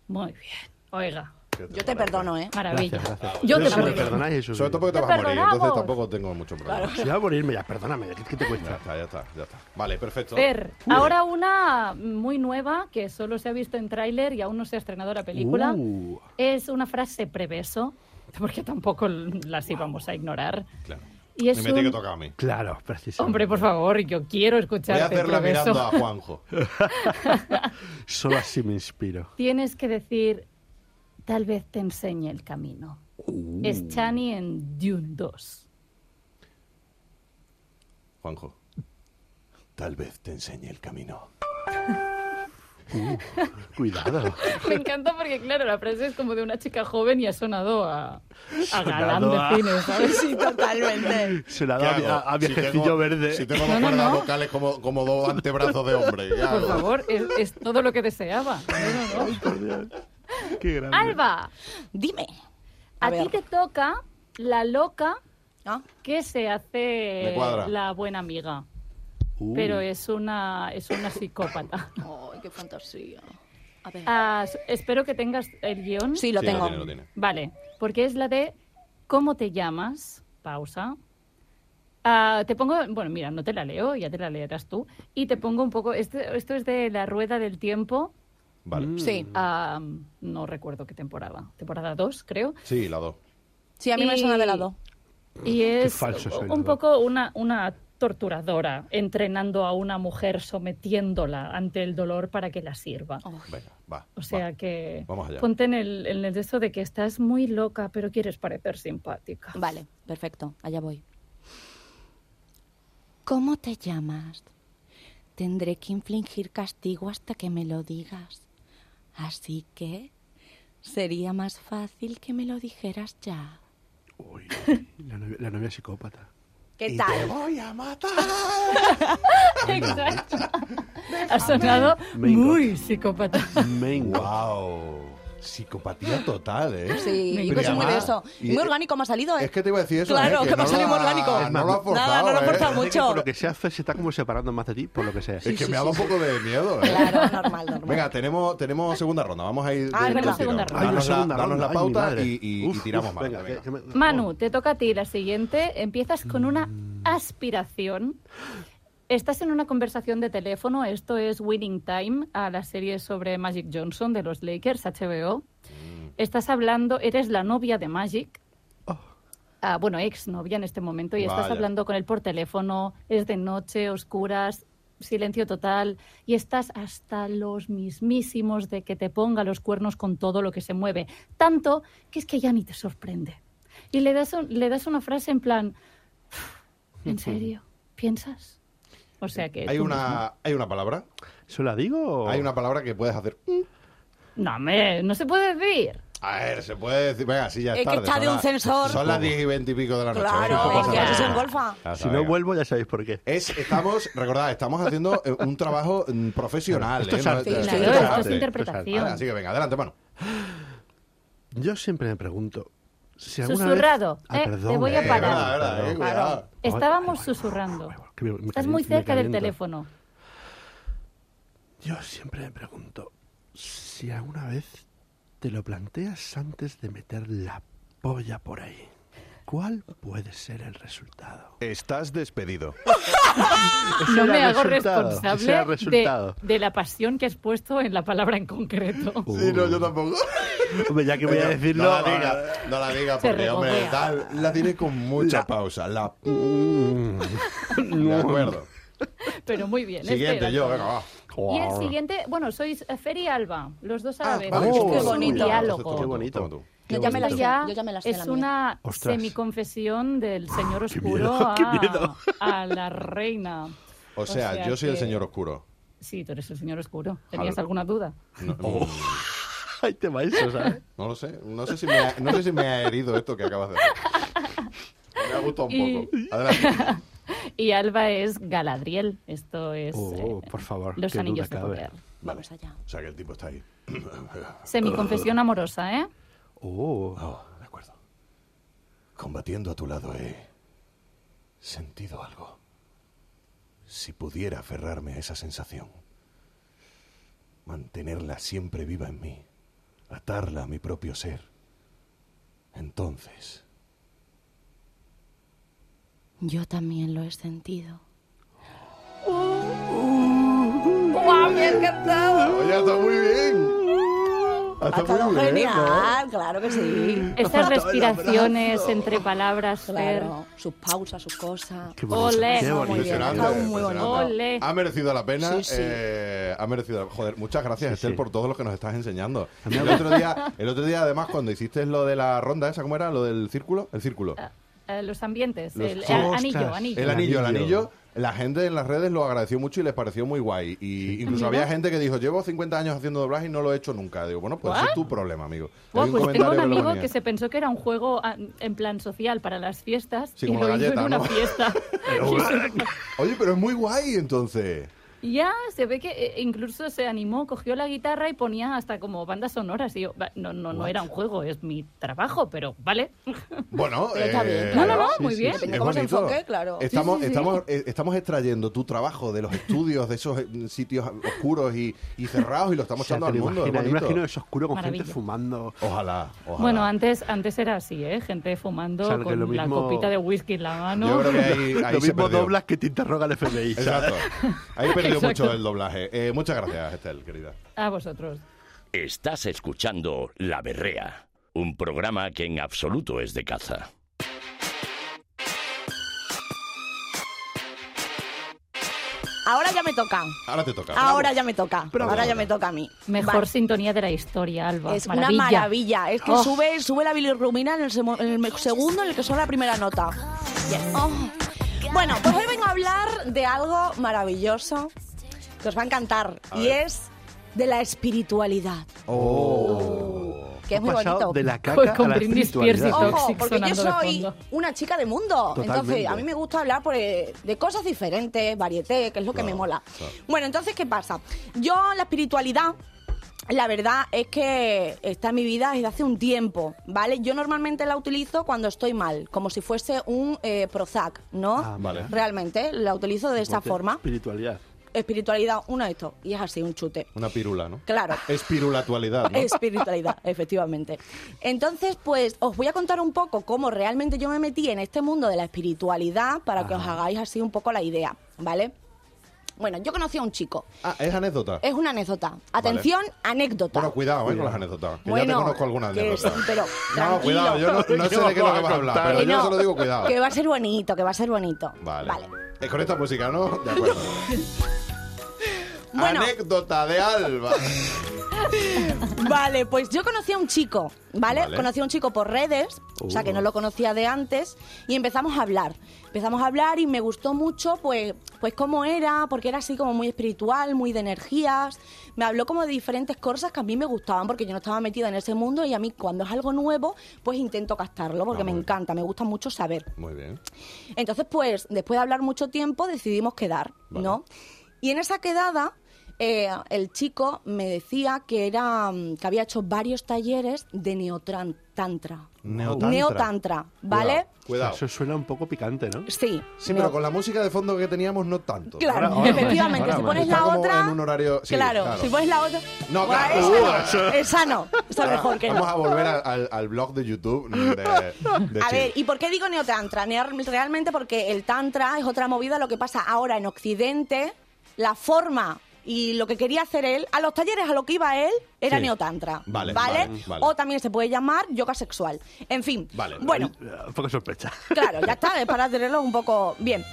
Muy bien. Oiga, Yo te perdono, ¿eh? maravilla. Gracias, gracias. Yo te si me perdono. perdonáis, eso. Sobre todo porque te ¡Te vas a morir, entonces perdonamos! tampoco tengo mucho problema. Si voy a morirme ya, perdóname, ¿qué te Ya cuesta? está, ya está, ya está. Vale, perfecto. Fer, ahora una muy nueva que solo se ha visto en tráiler y aún no se ha estrenado la película. Uh. Es una frase preveso, porque tampoco las íbamos a ignorar. Claro. Y es me tiene que un- tocar a mí. Claro, precisamente. Hombre, por favor, yo quiero Voy a escucharte. hacerla preveso. mirando a Juanjo. Solo así me inspiro. Tienes que decir, tal vez te enseñe el camino. Uh. Es Chani en Dune 2. Juanjo. Tal vez te enseñe el camino. Uh, Cuidado. Me encanta porque, claro, la frase es como de una chica joven y ha sonado a, a galán Sonado a- de cine, ¿sabes? Sí, totalmente. Se la ¿Qué da a, hago? a- a Si viejecillo tengo- verde. Si tengo dos No, no, cuerdas no. vocales como, como dos antebrazos de hombre. ¿qué hago? Por favor, es, es todo lo que deseaba. No, no, no. Qué grande. Alba, Dime. a, A ti ver. te toca la loca ¿no? que se Me hace cuadra. la buena amiga. Uh, Pero eh. es una, es una psicópata. Ay, qué fantasía. A ver. Ah, s- espero que tengas el guión. Sí, lo Sí, tengo. tiene, lo tiene. Vale, porque es la de ¿Cómo te llamas? Pausa. Ah, te pongo, bueno, mira, no te la leo, ya te la leerás tú. Y te pongo un poco, este- esto es de La Rueda del Tiempo, Vale. Sí. ah, no recuerdo qué temporada, temporada 2, creo. Sí, la dos. Sí, a mí me Y- suena de lado. Y es falso soy, un ¿no? poco una, una torturadora, entrenando a una mujer, sometiéndola ante el dolor para que la sirva. Venga, va. O sea va. que Vamos allá. ponte en el, en el de esto de que estás muy loca, pero quieres parecer simpática. Vale, perfecto. Allá voy. ¿Cómo te llamas? Tendré que infligir castigo hasta que me lo digas. Así que sería más fácil que me lo dijeras ya. Uy, la novia, la novia psicópata. ¿Qué Te tal? voy a matar. Exacto. Ha sonado Mingo. muy psicópata. Mengo. wow. Psicopatía total, ¿eh? Sí, Me y cosas muy de encanta. eso. Y- Muy orgánico me ha salido, ¿eh? Es que te iba a decir eso. Claro, eh, que me ha no salido lo muy orgánico. No lo ha Nada, forzado. no lo ha eh. forzado ¿eh? Parece que mucho. Por lo que sea, Fer se está como separando más de ti, por lo que sea. Es que sí, me ha dado un poco de miedo, ¿eh? Claro, normal, normal. Venga, tenemos, tenemos segunda ronda. Vamos a ir. Ah, del tenemos tirón. segunda ronda. Hay una Danos la, segunda danos ronda, la ay, mi pauta madre. y, y- y Uf, tiramos uf, más. venga, que- que me- Manu, te toca a ti la siguiente. Empiezas con una aspiración. Estás en una conversación de teléfono. Esto es Winning Time, a la serie sobre Magic Johnson de los Lakers, HBO. Estás hablando, eres la novia de Magic. Ah, bueno, ex novia en este momento, y estás Oh. Vaya. hablando con él por teléfono. Es de noche, oscuras, silencio total, y estás hasta los mismísimos de que te ponga los cuernos con todo lo que se mueve. Tanto que es que ya ni te sorprende. Y le das, un- le das una frase en plan, ¿en serio? ¿Piensas? O sea que... Hay tú mismo. una, hay una palabra. ¿Se la digo? o- Hay una palabra que puedes hacer. No, hombre, no se puede decir. A ver, se puede decir. Venga, sí, ya es, Es que tarde, está son de un las- sensor. Son las 10 y 20 y pico de la noche. Claro, venga, venga, pasa nada. eso es un golfa. Ya está, Si no venga. vuelvo, ya sabéis por qué. Es, estamos, recordad, estamos haciendo eh, un trabajo mm, profesional. Esto ¿eh? es No- arte, esto- Claro, sí, esto es esto es arte. interpretación. Vale, así que venga, adelante, mano. Yo siempre me pregunto. Si alguna Susurrado, vez- Ah, eh, perdón, te voy a Eh, parar. verdad, verdad, eh, perdón. cuidado. Estábamos Ay, ay, ay, susurrando. ay, ay, que me- me Estás caliento, muy me cerca del caliento. teléfono. Yo siempre me pregunto si alguna vez te lo planteas antes de meter la polla por ahí. ¿Cuál puede ser el resultado? Estás despedido. Ese No era me el hago resultado, ese era el responsable de, resultado. de la pasión que has puesto en la palabra en concreto. Sí, no, yo tampoco. Hombre, ya que voy a Venga, Eh, decirlo. No la diga, no la diga, Se porque, hombre, regodea. tal, la tiene con mucha La- pausa. La... Mm. De acuerdo. Pero muy bien. Siguiente, espera. yo, venga, va. Y el siguiente, bueno, sois eh, Fer y Alba, los dos a la Ah, vez. vale, Esto qué es un bonito. diálogo. Qué bonito. Toma tú. Yo ya me la Esto sé, ya yo ya me la sé. es la mía. una Ostras. semiconfesión del señor oscuro miedo, qué miedo. a, a la reina. O sea, yo soy el que- señor oscuro. Sí, tú eres el señor oscuro. ¿Tenías Al- alguna duda? No, Ahí te vais, o sea. ¿eh? no lo sé. No sé, si me ha, no sé si me ha herido esto que acabas de hacer. Me ha gustado un Y- poco. Adelante. Y Alba es Galadriel. Esto es Oh, eh, por favor, los qué anillos de duda cabe. poder. Vale. Vamos allá. O sea, que el tipo está ahí. Semiconfesión amorosa, ¿eh? Oh, Oh, de acuerdo. Combatiendo a tu lado he sentido algo. Si pudiera aferrarme a esa sensación, mantenerla siempre viva en mí, atarla a mi propio ser, entonces... Yo también lo he sentido. Oye, está muy bien. Ha estado ¿eh? genial, claro que sí. Estas respiraciones entre palabras, Fer. Claro, sus pausas, sus cosas. qué bonito. Ole. Qué No, muy bonito. bien. Impresionante, Está Ah, muy impresionante. bonito. Ole. Ha merecido la pena. Sí, sí. eh, ha merecido. Joder, muchas gracias, Sí, Estel, sí. por todo lo que nos estás enseñando. mí El me- otro, día, el otro día, además, cuando hiciste lo de la ronda, ¿esa cómo era? ¿Lo del círculo? El círculo. Eh, los ambientes, Los- Eh, el, Sí. el anillo, Ostras. anillo. El anillo, el anillo. anillo. La gente en las redes lo agradeció mucho y les pareció muy guay. Y incluso había gente que dijo, llevo 50 años haciendo doblaje y no lo he hecho nunca. Digo, bueno, pues ese es tu problema, amigo. Buah, Hay un pues tengo comentario un que lo amigo ponía. que se pensó que era un juego ah, en plan social para las fiestas Sí, y como lo la hizo galleta, en una ¿no? fiesta. Oye, pero es muy guay entonces. Y ya se ve que eh, incluso se animó, cogió la guitarra y ponía hasta como bandas sonoras. Y yo, va, no, no, no era un juego, es mi trabajo, pero vale. Bueno, Pero está bien, eh, No, Claro, no, no, sí, muy sí, bien. sí. Es Depende cómo se bonito. enfoque, claro. Estamos, Sí, sí, sí. Estamos, eh, estamos extrayendo tu trabajo de los estudios, de esos eh, sitios oscuros y, y cerrados y lo estamos O sea, echando te al lo mundo. es imaginas, bonito. imagino eso oscuro con gente Maravilla. fumando. Ojalá, ojalá. Bueno, antes, antes era así, ¿eh? Gente fumando O sea, que con lo la mismo- copita de whisky en la mano. Yo creo que ahí, ahí lo se mismo perdió. doblas que te interroga el FBI. ¿sabes? Exacto. Ahí perdió Exacto. mucho el doblaje. Eh, muchas gracias, Estel, querida. A vosotros. Estás escuchando La Berrea, un programa que en absoluto es de caza. Ahora ya me toca. Ahora te toca. Ahora ya me toca. Bravo. Ahora ya me toca a mí. Mejor Vale. sintonía de la historia, Alba. Es una maravilla. Es que sube, sube la bilirrubina en el, semo- en el me- segundo en el que suena la primera nota. Yes. Oh. Bueno, pues hoy vengo a hablar de algo maravilloso que os va a encantar y es de la espiritualidad, Oh. que es muy pasado bonito. de la Con- caca con a la Britney Spears y espiritualidad. todo. Ojo, Toxic porque yo sonando de soy fondo. una chica de mundo. Entonces, Totalmente. a mí me gusta hablar por, eh, de cosas diferentes, varieté, que es lo que me mola. Bueno, entonces, ¿qué pasa? Yo, la espiritualidad. La verdad es que está en mi vida desde hace un tiempo, ¿vale? Yo normalmente la utilizo cuando estoy mal, como si fuese un eh, Prozac, ¿no? Ah, vale. Realmente la utilizo de esa Ponte forma. Espiritualidad. Espiritualidad, uno de estos, y es así, un chute. Una pirula, ¿no? Claro. Espirulatualidad, ¿no? Espiritualidad, efectivamente. Entonces, pues os voy a contar un poco cómo realmente yo me metí en este mundo de la espiritualidad para que os hagáis así un poco la idea, ¿vale? Bueno, yo conocí a un chico. Ah, es anécdota. Es una anécdota. Atención, anécdota. Bueno, cuidado, ¿eh? Con las anécdotas. Que ya te conozco alguna que anécdota. sí, pero No, tranquilo. cuidado, yo no, no sé de qué es lo que vas a hablar, pero Que yo no, solo digo cuidado. Que va a ser bonito, que va a ser bonito. Vale. Es con esta música, ¿no? De acuerdo. Bueno. Anécdota de Alba. Vale, pues yo conocí a un chico, ¿vale? Vale. Conocí a un chico por redes, o sea que no lo conocía de antes, y empezamos a hablar. Empezamos a hablar y me gustó mucho, pues, pues cómo era, porque era así como muy espiritual, muy de energías. Me habló como de diferentes cosas que a mí me gustaban, porque yo no estaba metida en ese mundo y a mí cuando es algo nuevo, pues intento captarlo, porque Ah, me muy bien. encanta, me gusta mucho saber. Muy bien. Entonces, pues, después de hablar mucho tiempo, decidimos quedar, Vale. ¿no? Y en esa quedada, eh, el chico me decía que era mm, que había hecho varios talleres de neotantra. Neotantra. Neotantra, ¿vale? Cuidado. Eso suena un poco picante, ¿no? Sí. Sí, pero neo- con la música de fondo que teníamos, no tanto. Claro, efectivamente. ahora si me- pones Está la como otra. en un horario- sí, claro, claro. si pones la otra. No, Buah, claro. esa no, Uh, eso- Esa no. Esa mejor que no. Vamos a volver a- al, al blog de YouTube de, de Chile. A ver, ¿y por qué digo neotantra? Neo- Realmente porque el tantra es otra movida, lo que pasa ahora en Occidente, la forma y lo que quería hacer él, a los talleres a lo que iba él, era Sí. neotantra. Vale, vale, vale. O también se puede llamar yoga sexual. En fin, Vale. bueno, Eh, Un poco sospecha. claro, ya está, es para tenerlo un poco bien.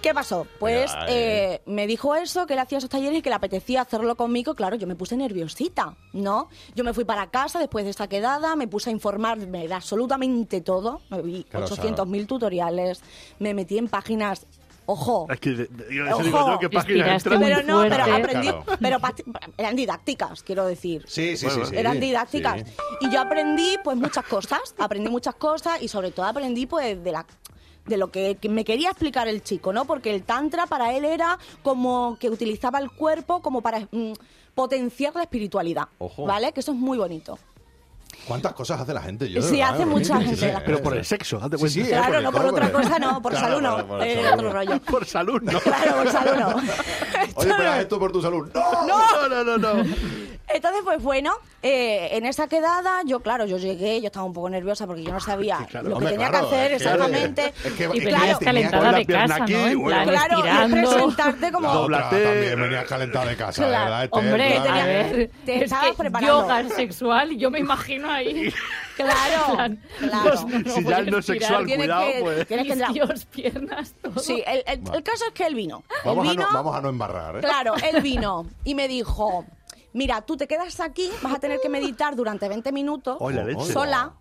¿Qué pasó? Pues Venga, eh, me dijo eso, que él hacía esos talleres y que le apetecía hacerlo conmigo. Claro, yo me puse nerviosita, ¿no? Yo me fui para casa después de esa quedada, me puse a informarme de absolutamente todo. Me vi Claro, 800.000 tutoriales, me metí en páginas, ojo, Es que de- de- yo Ojo. digo yo que página Respiraste entra. muy pero no, pero fuerte. aprendí, Claro. pero pati- eran didácticas, quiero decir. Sí, sí, sí, sí. Eran didácticas. Sí. Y yo aprendí pues muchas cosas, aprendí muchas cosas y sobre todo aprendí pues de la de lo que que me quería explicar el chico, ¿no? Porque el tantra para él era como que utilizaba el cuerpo como para mm, potenciar la espiritualidad, Ojo. ¿vale? Que eso es muy bonito. ¿Cuántas cosas hace la gente? Yo, de Sí, verdad, hace ¿eh? mucha Sí, gente sí, las ¿eh? Pero por el sexo, date Sí, cuenta. sí, ¿eh? claro, el no por todo, otra el- cosa, no, por Claro, salud no, por- por el eh, salud, otro rollo. Por salud, no. Claro, por salud no. Oye, pero haz esto por tu salud. ¡No! No, no, no, no. Entonces, pues bueno, eh, en esa quedada, yo, claro, yo llegué, yo estaba un poco nerviosa porque yo no sabía Sí, claro. lo que Hombre, tenía claro, que hacer es que- exactamente. es que- Y es que venías claro, tenía- calentada la de pierna casa, aquí, ¿no? En bueno. plan, claro, y estirando. presentarte como. La otra Doblate. también venía calentada de casa, Claro. ¿verdad? Este, Eh, Hombre, claro. a ver, Te es estabas que preparando. yoga sexual, yo me imagino ahí. Claro, plan, pues, claro. Pues, los- si ya puedes es no sexual, tirar, cuidado, tienes que- pues. Tienes que entrar. Isquios, piernas, todo. Sí, el, el- el caso es que él vino. El Vamos, a vino no, vamos a no embarrar, ¿eh? Claro, él vino y me dijo, mira, tú te quedas aquí, vas a tener que meditar durante 20 minutos Hoy la leche. sola.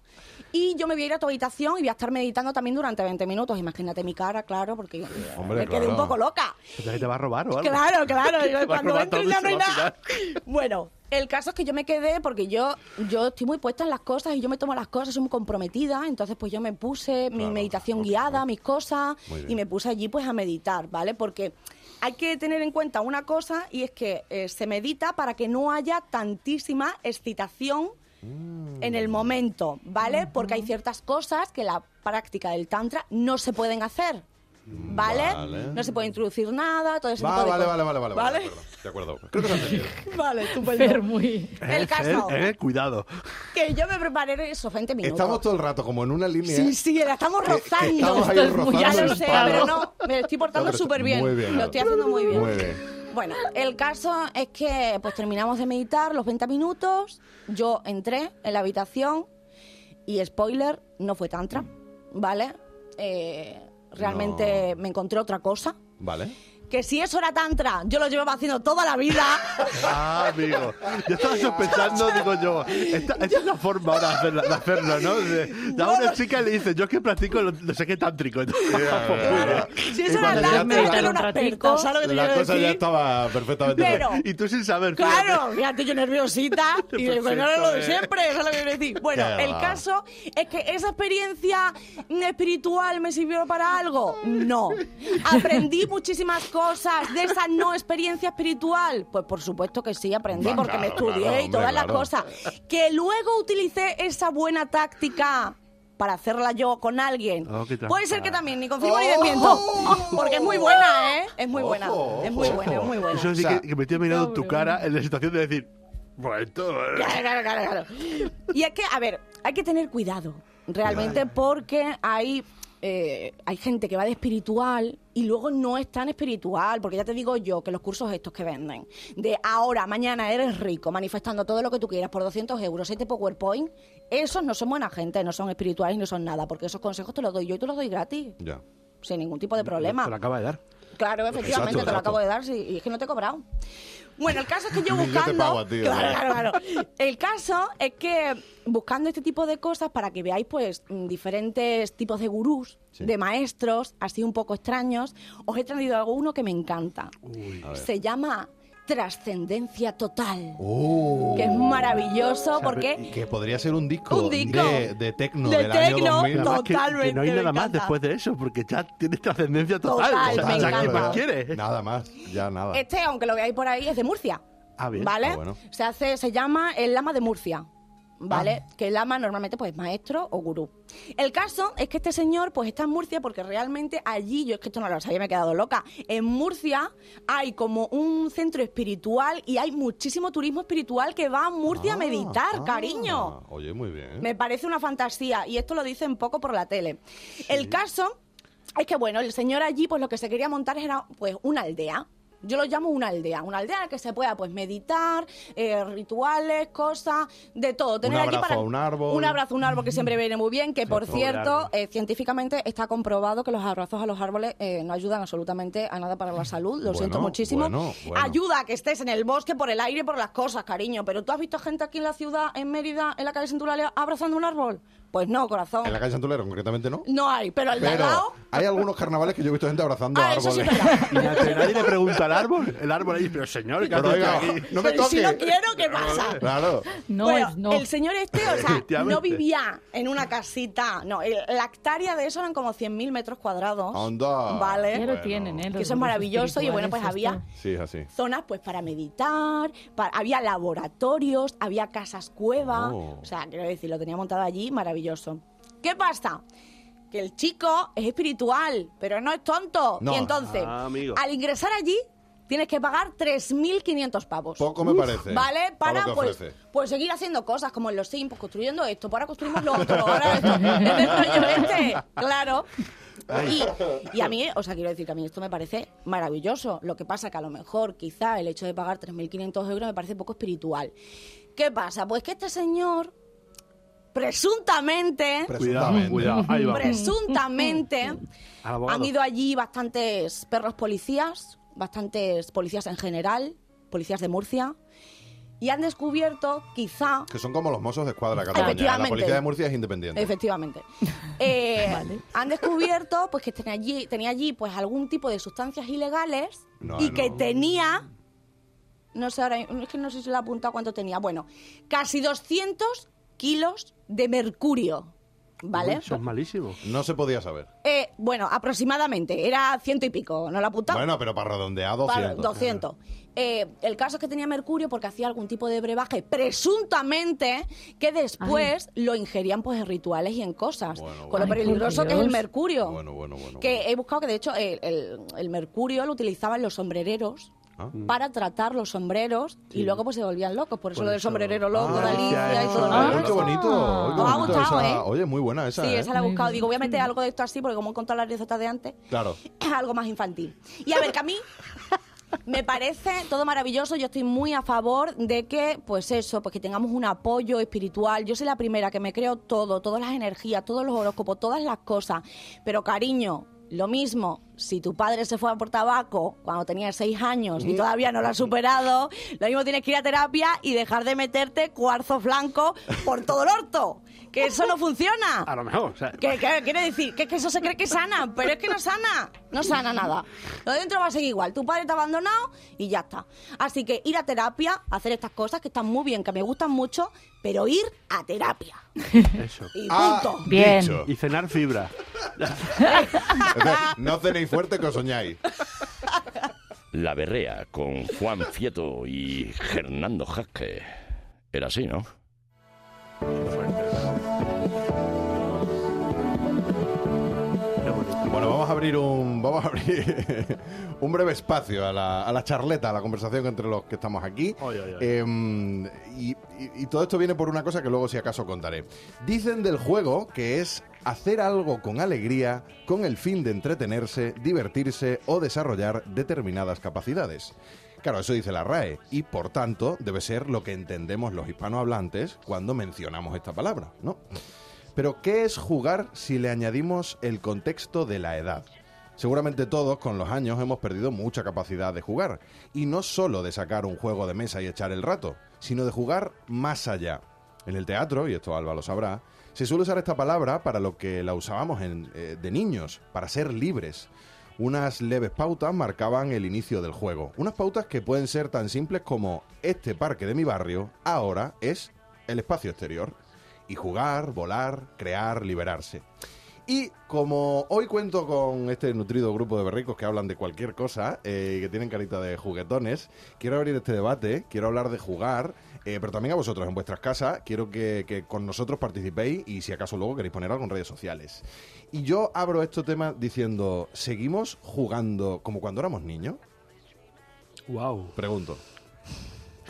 Y yo me voy a ir a tu habitación y voy a estar meditando también durante 20 minutos. Imagínate mi cara, claro, porque Hombre, me quedé un claro. poco loca. Entonces te va a robar o algo. Claro, claro. yo va a cuando robar entro todo y ya se no hay va a nada. Bueno, el caso es que yo me quedé porque yo, yo estoy muy puesta en las cosas y yo me tomo las cosas, soy muy comprometida. Entonces, pues yo me puse mi Claro, meditación ok, guiada, ok. mis cosas, Muy bien. y me puse allí pues a meditar, ¿vale? Porque hay que tener en cuenta una cosa y es que eh, se medita para que no haya tantísima excitación Mm. en el momento, ¿vale? Porque hay ciertas cosas que en la práctica del tantra no se pueden hacer. ¿Vale? Vale. No se puede introducir nada, todo ese tipo Va, de vale, cosas. vale, vale, vale, vale. ¿Vale? De acuerdo. de acuerdo. Creo que se ha entendido. Vale, estupendo. Fer, muy... El Eh, caso Fer, eh, cuidado. que yo me preparé esos 20 minutos. Estamos todo el rato como en una línea. Sí, sí, la estamos que- que rozando. estamos ahí Esto es muy- rozando ya lo el sé, palo. pero no, me estoy portando No, pero súper bien. muy bien, Lo estoy haciendo muy bien. Muy bien. Bueno, el caso es que pues terminamos de meditar los 20 minutos, yo entré en la habitación y spoiler, no fue tantra, ¿vale? Eh, realmente me encontré otra cosa Vale. que si eso era tantra, yo lo llevaba haciendo toda la vida. Ah, amigo. Yo estaba sospechando, digo yo, esta, esta es la forma ahora de, hacerla- de hacerlo, ¿no? De, ya una chica le dice, yo es que practico lo- no sé qué tántrico. Si eso Igual era ya tantra, te- yo era una experta, ¿sabes lo que te La quiero cosa ya decir? estaba perfectamente. Pero- Y tú "Oh". sin saber. fíjate. Claro, fíjate yo nerviosita y digo, Perfecto, no era lo de eh. siempre, eso es lo que quiero decir. Bueno, Qué el va. caso es que esa experiencia espiritual me sirvió para algo. No. Aprendí muchísimas cosas de esa no experiencia espiritual. Pues por supuesto que sí, aprendí Va, porque me claro, estudié claro, y todas hombre, las claro. cosas. Que luego utilicé esa buena táctica para hacerla yo con alguien. Oh, qué trampa. Puede ser que también ni confirmo ni desmiento. Porque es muy buena, ¿eh? Es muy buena. Oh. Ojo, Es muy ojo. buena, es muy buena. Eso sí O sea, que, que me estoy mirando pobre, tu cara en la situación de decir, bueno, esto... eh". Claro, claro, claro, claro. Y es que, a ver, hay que tener cuidado, realmente, porque hay, eh, hay gente que va de espiritual y luego no es tan espiritual, porque ya te digo yo que los cursos estos que venden, de ahora, mañana eres rico, manifestando todo lo que tú quieras por 200 euros, este PowerPoint, esos no son buena gente, no son espirituales y no son nada, porque esos consejos te los doy yo y te los doy gratis, Ya. sin ningún tipo de Te problema. lo acaba de dar. Claro, efectivamente, Exacto, te lo exacto. acabo de dar sí, y es que no te he cobrado. Bueno, el caso es que yo Ni yo te buscando. pago a ti, ¿eh? o sea. claro, claro, claro. El caso es que buscando este tipo de cosas para que veáis, pues, mm, diferentes tipos de gurús, Sí. de maestros, así un poco extraños, os he traído alguno que me encanta. A ver. Se llama Trascendencia Total, Oh. que es maravilloso porque. Que podría ser un disco, Un disco. De, de tecno De del año tecno. 2000. Además, que- Que, no hay Totalmente, nada me más encanta. después de eso, porque ya tienes trascendencia total. Ah, Total, o sea, me ya ¿qué encanta. más quieres? Nada más, ya nada. Este, aunque lo veáis por ahí, es de Murcia. Ah, bien. ¿Vale? Ah, bueno. Se hace, se llama el lama de Murcia. Ah. ¿Vale? Que el lama normalmente pues es maestro o gurú. El caso es que este señor pues está en Murcia porque realmente allí, yo es que esto no lo sabía, me he quedado loca. En Murcia hay como un centro espiritual y hay muchísimo turismo espiritual que va a Murcia a meditar, Ah, cariño. ah, Oye, muy bien. Me parece una fantasía y esto lo dicen poco por la tele. El caso es que, bueno, el señor allí pues lo que se quería montar era pues una aldea. Yo lo llamo una aldea, una aldea en la que se pueda pues meditar, eh, rituales, cosas, de todo. Tener allí abrazo para- a un árbol. Un abrazo a un árbol que siempre viene muy bien, que por pobre árbol. cierto, eh, científicamente está comprobado que los abrazos a los árboles eh, no ayudan absolutamente a nada para la salud. Lo Bueno, siento muchísimo. bueno, bueno. Ayuda a que estés en el bosque, por el aire, por las cosas, cariño. Pero tú has visto gente aquí en la ciudad, en Mérida, en la calle Centuralia, abrazando un árbol. Pues no, corazón. En la calle Santulero, concretamente no. No hay, pero al de al Pero lado. hay algunos carnavales que yo he visto gente abrazando Ah, eso sí árboles. es verdad. Y na- que nadie le pregunta al árbol. El árbol ahí, pero señor, ¿qué Pero haces oiga, aquí? no me Pero toques. si no quiero, ¿qué pasa? Claro. No Bueno, es no. El señor este, o sea, Efectivamente. no vivía en una casita. No, el- la hectárea de eso eran como 100.000 metros cuadrados. Anda. Vale. Ya lo Bueno. tienen, ¿eh? Que Los eso es grupos maravilloso y bueno, pues espirituales, había esto. Sí, es así. zonas pues para meditar, pa- había laboratorios, había casas cueva, Oh. o sea, quiero decir, lo tenía montado allí, maravilloso. ¿Qué pasa? Que el chico es espiritual, pero no es tonto. No. Y entonces, Ah, amigo. al ingresar allí, tienes que pagar 3.500 pavos. Poco me parece. ¿Vale? para Para lo que pues, ofrece. pues seguir haciendo cosas como en los Sims, pues construyendo esto, pues ahora construimos lo otro, ahora esto, este rollo este, claro. Y, y a mí, o sea, quiero decir que a mí esto me parece maravilloso. Lo que pasa que a lo mejor quizá el hecho de pagar 3.500 euros me parece poco espiritual. ¿Qué pasa? Pues que este señor, presuntamente, Cuidado, Presuntamente. cuidado. Ahí va. presuntamente, Al abogado. han ido allí bastantes perros policías, bastantes policías en general, policías de Murcia, y han descubierto, quizá, Que son como los mozos de escuadra de Cataluña. La Efectivamente. policía de Murcia es independiente. efectivamente, eh, han descubierto pues que tenía allí, tenía allí pues algún tipo de sustancias ilegales No, y no. que tenía, no sé ahora, es que no sé si la apunta cuánto tenía, bueno, casi 200 kilos de mercurio, ¿vale? Uy, Eso es malísimo. No se podía saber. Eh, bueno, aproximadamente, era ciento y pico, no la apuntaba. Bueno, pero para redondear Para- 200. 200. Eh, el caso es que tenía mercurio porque hacía algún tipo de brebaje, presuntamente, que después lo ingerían pues en rituales y en cosas. Bueno, bueno. con lo Ay, peligroso por que es el Dios. mercurio. Bueno, bueno, bueno. que he buscado que de hecho el, el- el mercurio lo utilizaban los sombrereros Ah. para tratar los sombreros y luego pues se volvían locos. Por eso Por lo del eso. sombrerero loco, Ah, de Alicia y eso, todo. lo ah, demás. qué bonito. Oye, qué Os ha bonito gustado, esa- ¿eh? Oye, muy buena esa. Sí, ¿eh? esa la he buscado. Digo, voy a meter algo de esto así porque como he contado la receta de antes, Claro. es algo más infantil. Y a ver, que a mí me parece todo maravilloso. Yo estoy muy a favor de que, pues eso, pues que tengamos un apoyo espiritual. Yo soy la primera que me creo todo, todas las energías, todos los horóscopos, todas las cosas. Pero cariño, Lo mismo, si tu padre se fue a por tabaco cuando tenías seis años y todavía no lo has superado, lo mismo tienes que ir a terapia y dejar de meterte cuarzo blanco por todo el orto. Que eso no funciona. A lo mejor, o sea, Que, que quiere decir que es que eso se cree que sana, pero es que no sana, no sana nada. Lo de dentro va a seguir igual, tu padre te ha abandonado y ya está. Así que ir a terapia, hacer estas cosas que están muy bien, que me gustan mucho, pero ir a terapia. eso. Y Ah, punto. Bien. dicho. Y cenar fibra. Es decir, No cenéis fuerte que os soñáis. La berrea con Juan Fieto y Hernando Jasque. Era así, ¿no? Bueno, vamos a abrir un vamos a abrir un breve espacio a la, a la charleta, a la conversación entre los que estamos aquí. Ay, ay, ay. Em, y, y- y todo esto viene por una cosa que luego si acaso contaré. Dicen del juego que es hacer algo con alegría con el fin de entretenerse, divertirse o desarrollar determinadas capacidades. Claro, eso dice la RAE y por tanto debe ser lo que entendemos los hispanohablantes cuando mencionamos esta palabra, ¿no? Pero, ¿qué es jugar si le añadimos el contexto de la edad? Seguramente todos con los años hemos perdido mucha capacidad de jugar, y no solo de sacar un juego de mesa y echar el rato, sino de jugar más allá. En el teatro, y esto Alba lo sabrá, se suele usar esta palabra para lo que la usábamos en, eh, de niños, para ser libres. Unas leves pautas marcaban el inicio del juego, unas pautas que pueden ser tan simples como este parque de mi barrio ahora es el espacio exterior y jugar, volar, crear, liberarse. Y como hoy cuento con este nutrido grupo de berricos que hablan de cualquier cosa eh, y que tienen carita de juguetones, quiero abrir este debate, quiero hablar de jugar, eh, pero también a vosotros en vuestras casas, quiero que, que con nosotros participéis y si acaso luego queréis poner algo en redes sociales. Y yo abro este tema diciendo, ¿seguimos jugando como cuando éramos niños? Wow. Pregunto.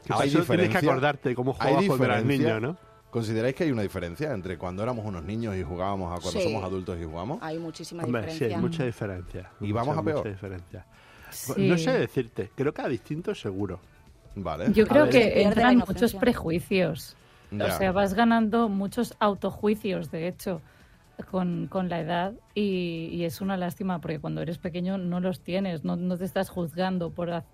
Que para eso tienes que acordarte cómo ¿Hay jugabas cuando eras diferencia? niño, ¿no? ¿Consideráis que hay una diferencia entre cuando éramos unos niños y jugábamos a cuando Sí. Ah, somos adultos y jugamos? Hay muchísima Hombre, sí, diferencia. hay mucha diferencia. Y vamos Mucha, a peor. mucha diferencia. Sí. No sé decirte, creo que a distinto seguro. Vale. Yo creo ver. que Pierde la entran inocencia. muchos prejuicios. Ya. O sea, vas ganando muchos autojuicios, de hecho, con, con la edad. Y, y es una lástima porque cuando eres pequeño no los tienes, no, no te estás juzgando por... haz-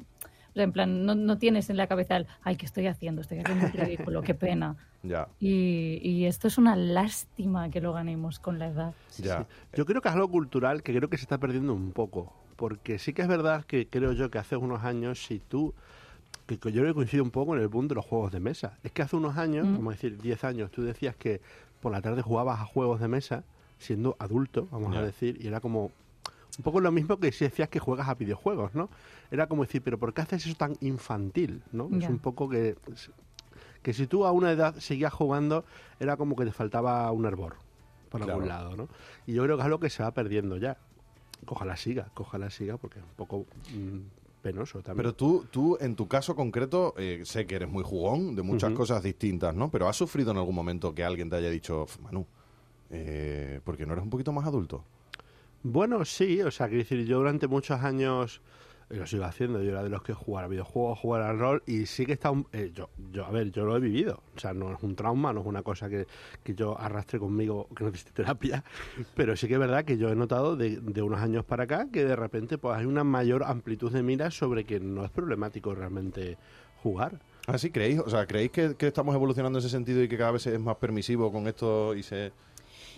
O sea, en plan, no, no tienes en la cabeza el, ay, ¿qué estoy haciendo? Estoy haciendo un ridículo, qué pena. Ya, Y, y esto es una lástima que lo ganemos con la edad. ya. Yo creo que es algo cultural que creo que se está perdiendo un poco. Porque sí que es verdad que creo yo que hace unos años, si tú. Que que yo creo que coincido un poco en el boom de los juegos de mesa. Es que hace unos años, vamos a decir 10 años, tú decías que por la tarde jugabas a juegos de mesa, siendo adulto, vamos Ya. a decir, y era como. Un poco lo mismo que si decías que juegas a videojuegos, ¿no? Era como decir, pero ¿por qué haces eso tan infantil, ¿no? Es Ya. un poco que. Que si tú a una edad seguías jugando, era como que te faltaba un arbor por Claro. algún lado, ¿no? Y yo creo que es algo que se va perdiendo ya. Ojalá siga, ojalá siga, porque es un poco mm, penoso también. Pero tú, tú, en tu caso concreto, eh, sé que eres muy jugón de muchas cosas distintas, ¿no? Pero ¿has sufrido en algún momento que alguien te haya dicho, "F, Manu, eh, porque no eres un poquito más adulto? Bueno, sí, o sea, quiero decir, yo durante muchos años eh, lo sigo haciendo, yo era de los que jugar a videojuegos, jugar al rol, y sí que está un- eh, yo, yo, a ver, yo lo he vivido, o sea, no es un trauma, no es una cosa que, que yo arrastre conmigo, que no necesite terapia, pero sí que es verdad que yo he notado de, de unos años para acá que de repente pues hay una mayor amplitud de miras sobre que no es problemático realmente jugar. Ah, sí, creéis, o sea, ¿creéis que, que estamos evolucionando en ese sentido y que cada vez es más permisivo con esto y se...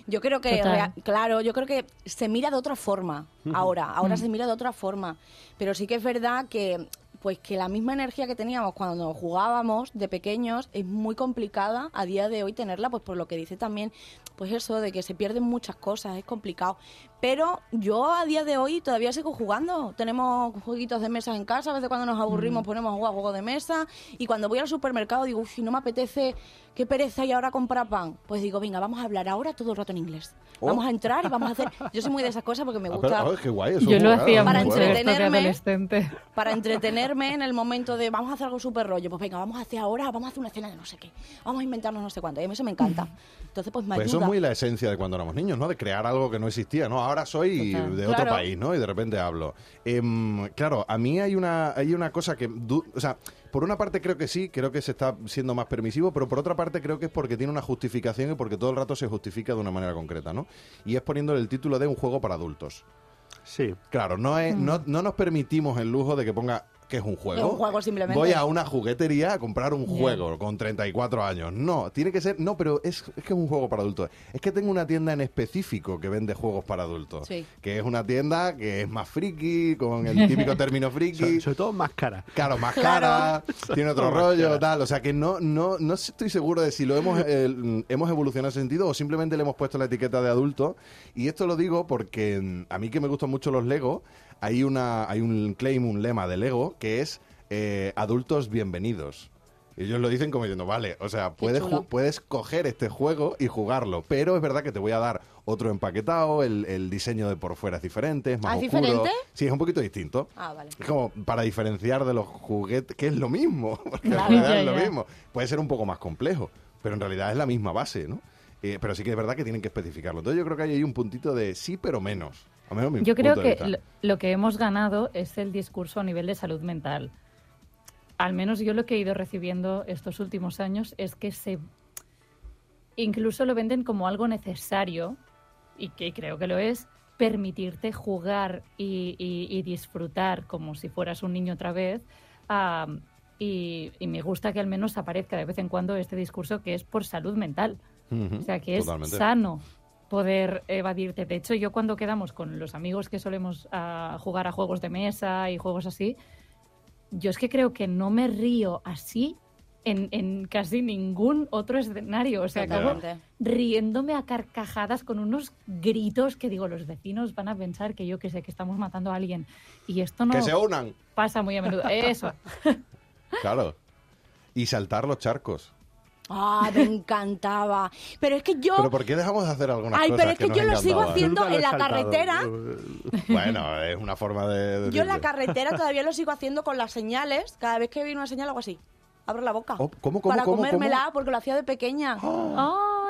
Yo creo que, Total. rea- claro, yo creo que se mira de otra forma ahora, ahora se mira de otra forma, pero sí que es verdad que pues que la misma energía que teníamos cuando jugábamos de pequeños es muy complicada a día de hoy tenerla, pues por lo que dice también, pues eso de que se pierden muchas cosas, es complicado. Pero yo a día de hoy todavía sigo jugando, tenemos jueguitos de mesa en casa, a veces cuando nos Mm. aburrimos ponemos a jugar juegos de mesa y cuando voy al supermercado digo, uff, no me apetece, qué pereza y ahora comprar pan. Pues digo, venga, vamos a hablar ahora todo el rato en inglés. Vamos a entrar y vamos a hacer... Yo soy muy de esas cosas porque me Oh. Ah, pero- gusta ah, qué guay, eso Yo es lo muy raro, hacía ¿no? Para mucho Bueno. esto de entretenerme. adolescente. para entretenerme en el momento de vamos a hacer algo súper rollo, pues venga, vamos a hacer ahora, vamos a hacer una escena de no sé qué, vamos a inventarnos no sé cuánto, y a mí eso me encanta. Entonces, pues me Pues eso es ayuda. muy la esencia de cuando éramos niños, ¿no? De crear algo que no existía, ¿no? Ahora soy Total. de otro Claro. país, ¿no? Y de repente hablo. Em, claro, a mí hay una, hay una cosa que... du- o sea, por una parte creo que sí, creo que se está siendo más permisivo, pero por otra parte creo que es porque tiene una justificación y porque todo el rato se justifica de una manera concreta, ¿no? Y es poniéndole el título de un juego para adultos. Sí. Claro, no, es, no, no nos permitimos el lujo de que ponga que es un juego. Mm. Es un juego simplemente. Voy a una juguetería a comprar un juego con 34 años. No, tiene que ser. No, pero es, es que es un juego para adultos. Es que tengo una tienda en específico que vende juegos para adultos. Sí. Que es una tienda que es más friki, con el típico término friki. So- sobre todo más cara. Claro, más Claro. cara, tiene otro Más rollo, cara. tal. O sea que no, no, no estoy seguro de si lo hemos, eh, hemos evolucionado en ese sentido o simplemente le hemos puesto la etiqueta de adulto. Y esto lo digo porque mm, a mí que me gustan mucho los Lego, hay una, hay un claim, un lema de Lego que es eh, adultos bienvenidos. Y Ellos lo dicen como diciendo, vale, o sea, puedes, chulo. ju- puedes coger este juego y jugarlo, pero es verdad que te voy a dar otro empaquetado, el, el diseño de por fuera es diferente, es más ¿Ah, es oscuro. diferente? Sí, es un poquito distinto. Ah, vale. Es como para diferenciar de los juguetes, que es lo mismo, porque en Claro. realidad es Ya, lo ya. mismo. Puede ser un poco más complejo, pero en realidad es la misma base, ¿no? Eh, pero sí que es verdad que tienen que especificarlo. Entonces yo creo que ahí hay un puntito de sí, pero menos. A menos mi Yo creo punto de que vista. lo, lo que hemos ganado es el discurso a nivel de salud mental. Al menos yo lo que he ido recibiendo estos últimos años es que se incluso lo venden como algo necesario, y que creo que lo es, permitirte jugar y, y- y disfrutar como si fueras un niño otra vez. Ah, y, y me gusta que al menos aparezca de vez en cuando este discurso que es por salud mental. Ujú, O sea, que es totalmente. sano poder evadirte. De hecho, yo cuando quedamos con los amigos que solemos ah, jugar a juegos de mesa y juegos así, yo es que creo que no me río así en, en casi ningún otro escenario. O sea, acabo Totalmente. riéndome a carcajadas con unos gritos que digo, los vecinos van a pensar que yo que sé, que estamos matando a alguien. Y esto no Que se unan, pasa muy a menudo. Eso. claro. Y saltar los charcos. Ah, me encantaba. Pero es que yo. Pero ¿por qué dejamos de hacer algunas Ay, cosas? pero es que nos yo lo sigo encantaban? haciendo. Nunca lo en he la carretera. Yo- Bueno, es una forma de... de Yo en la decirlo. carretera todavía lo sigo haciendo con las señales. Cada vez que viene una señal hago así. Abro la boca. Oh, ¿cómo, cómo, para cómo, Ah, comérmela porque lo hacía de pequeña. Ay,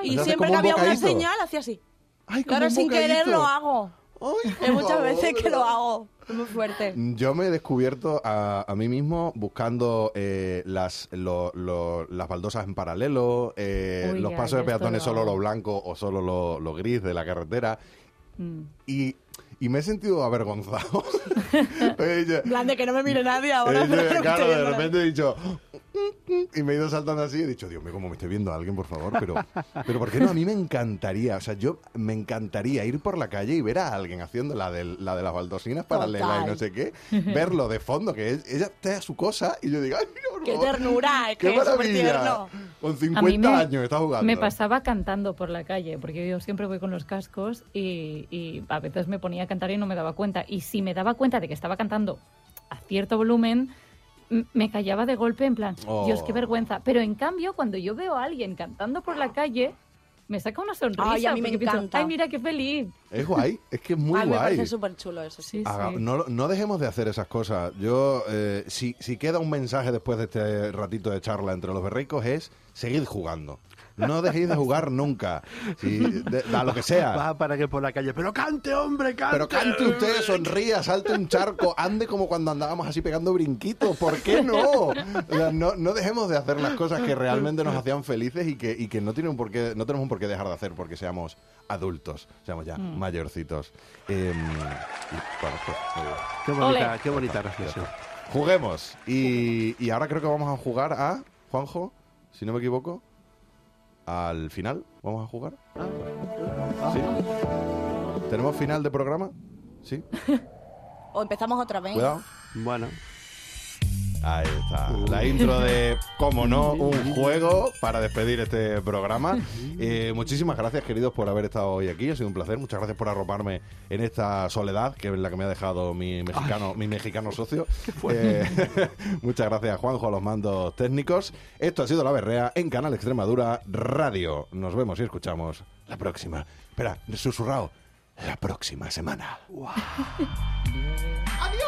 y Entonces, como siempre que un había una bocadillo. señal hacía así. Ay, Y como ahora un sin querer bocadito. lo hago. Ay, Hay por muchas favor, veces de que lo verdad. hago. Es muy fuerte. Mm, Yo me he descubierto a, a mí mismo buscando eh, las, lo- lo- las baldosas en paralelo, eh, Uy, los ya, pasos de yo esto peatones lo solo hago. lo blanco o solo lo, lo gris de la carretera. Mm. Y, y me he sentido avergonzado. Eh, yo- En plan de que no me mire nadie ahora. eh, pero lo que yo, claro, estoy de viendo. repente he dicho... "Mm, mm", Y me he ido saltando así y he dicho, Dios mío, cómo me estoy viendo a alguien, por favor. Pero, pero ¿por qué no? A mí me encantaría, o sea, yo me encantaría ir por la calle y ver a alguien haciendo la de, la de las baldosinas paralelas y no Total. sé qué. Verlo de fondo, que es- ella está su cosa y yo digo, ¡ay, mira, por Qué favor, ternura, es ¡Qué que es súper maravilla! tierno. Con A mí 50 años está jugando. me pasaba cantando por la calle, porque yo siempre voy con los cascos y, y a veces me ponía a cantar y no me daba cuenta. Y si me daba cuenta de que estaba cantando a cierto volumen, m- me callaba de golpe en plan, Oh. Dios, qué vergüenza. Pero en cambio, cuando yo veo a alguien cantando por la calle, me saca una sonrisa. Ay, a mí me porque pienso, encanta. Ay, mira qué feliz. Es guay, es que es muy Ay, me guay. parece súper chulo eso, sí. Sí, Haga- sí. no, lo- no dejemos de hacer esas cosas. Yo, eh, si, si queda un mensaje después de este ratito de charla entre los berricos es seguid jugando. No dejéis de jugar nunca. Si- de- a lo que sea. Va para que por la calle. Pero cante, hombre, cante. Pero cante usted, sonría, salte un charco, ande como cuando andábamos así pegando brinquitos. ¿Por qué no? O sea, no, no dejemos de hacer las cosas que realmente nos hacían felices y que, y que no, tienen por qué, no tenemos por qué dejar de hacer porque seamos adultos, seamos ya mayorcitos. Em, y, bueno, pues, eh, Qué bonita, Ole. qué bonita reflexión. Juguemos. Y, y ahora creo que vamos a jugar a Juanjo, si no me equivoco. Al final, vamos a jugar. ¿Sí? ¿Tenemos final de programa? Sí, O empezamos otra vez. cuidado. Bueno, Ahí está. La intro de, como no, un juego para despedir este programa. Eh, muchísimas gracias, queridos, por haber estado hoy aquí. Ha sido un placer. Muchas gracias por arroparme en esta soledad que es la que me ha dejado mi mexicano, mi mexicano socio. Eh, muchas gracias, Juanjo, a los mandos técnicos. Esto ha sido La Berrea en Canal Extremadura Radio. Nos vemos y escuchamos la próxima. Espera, susurrado. La próxima semana. ¡Adiós!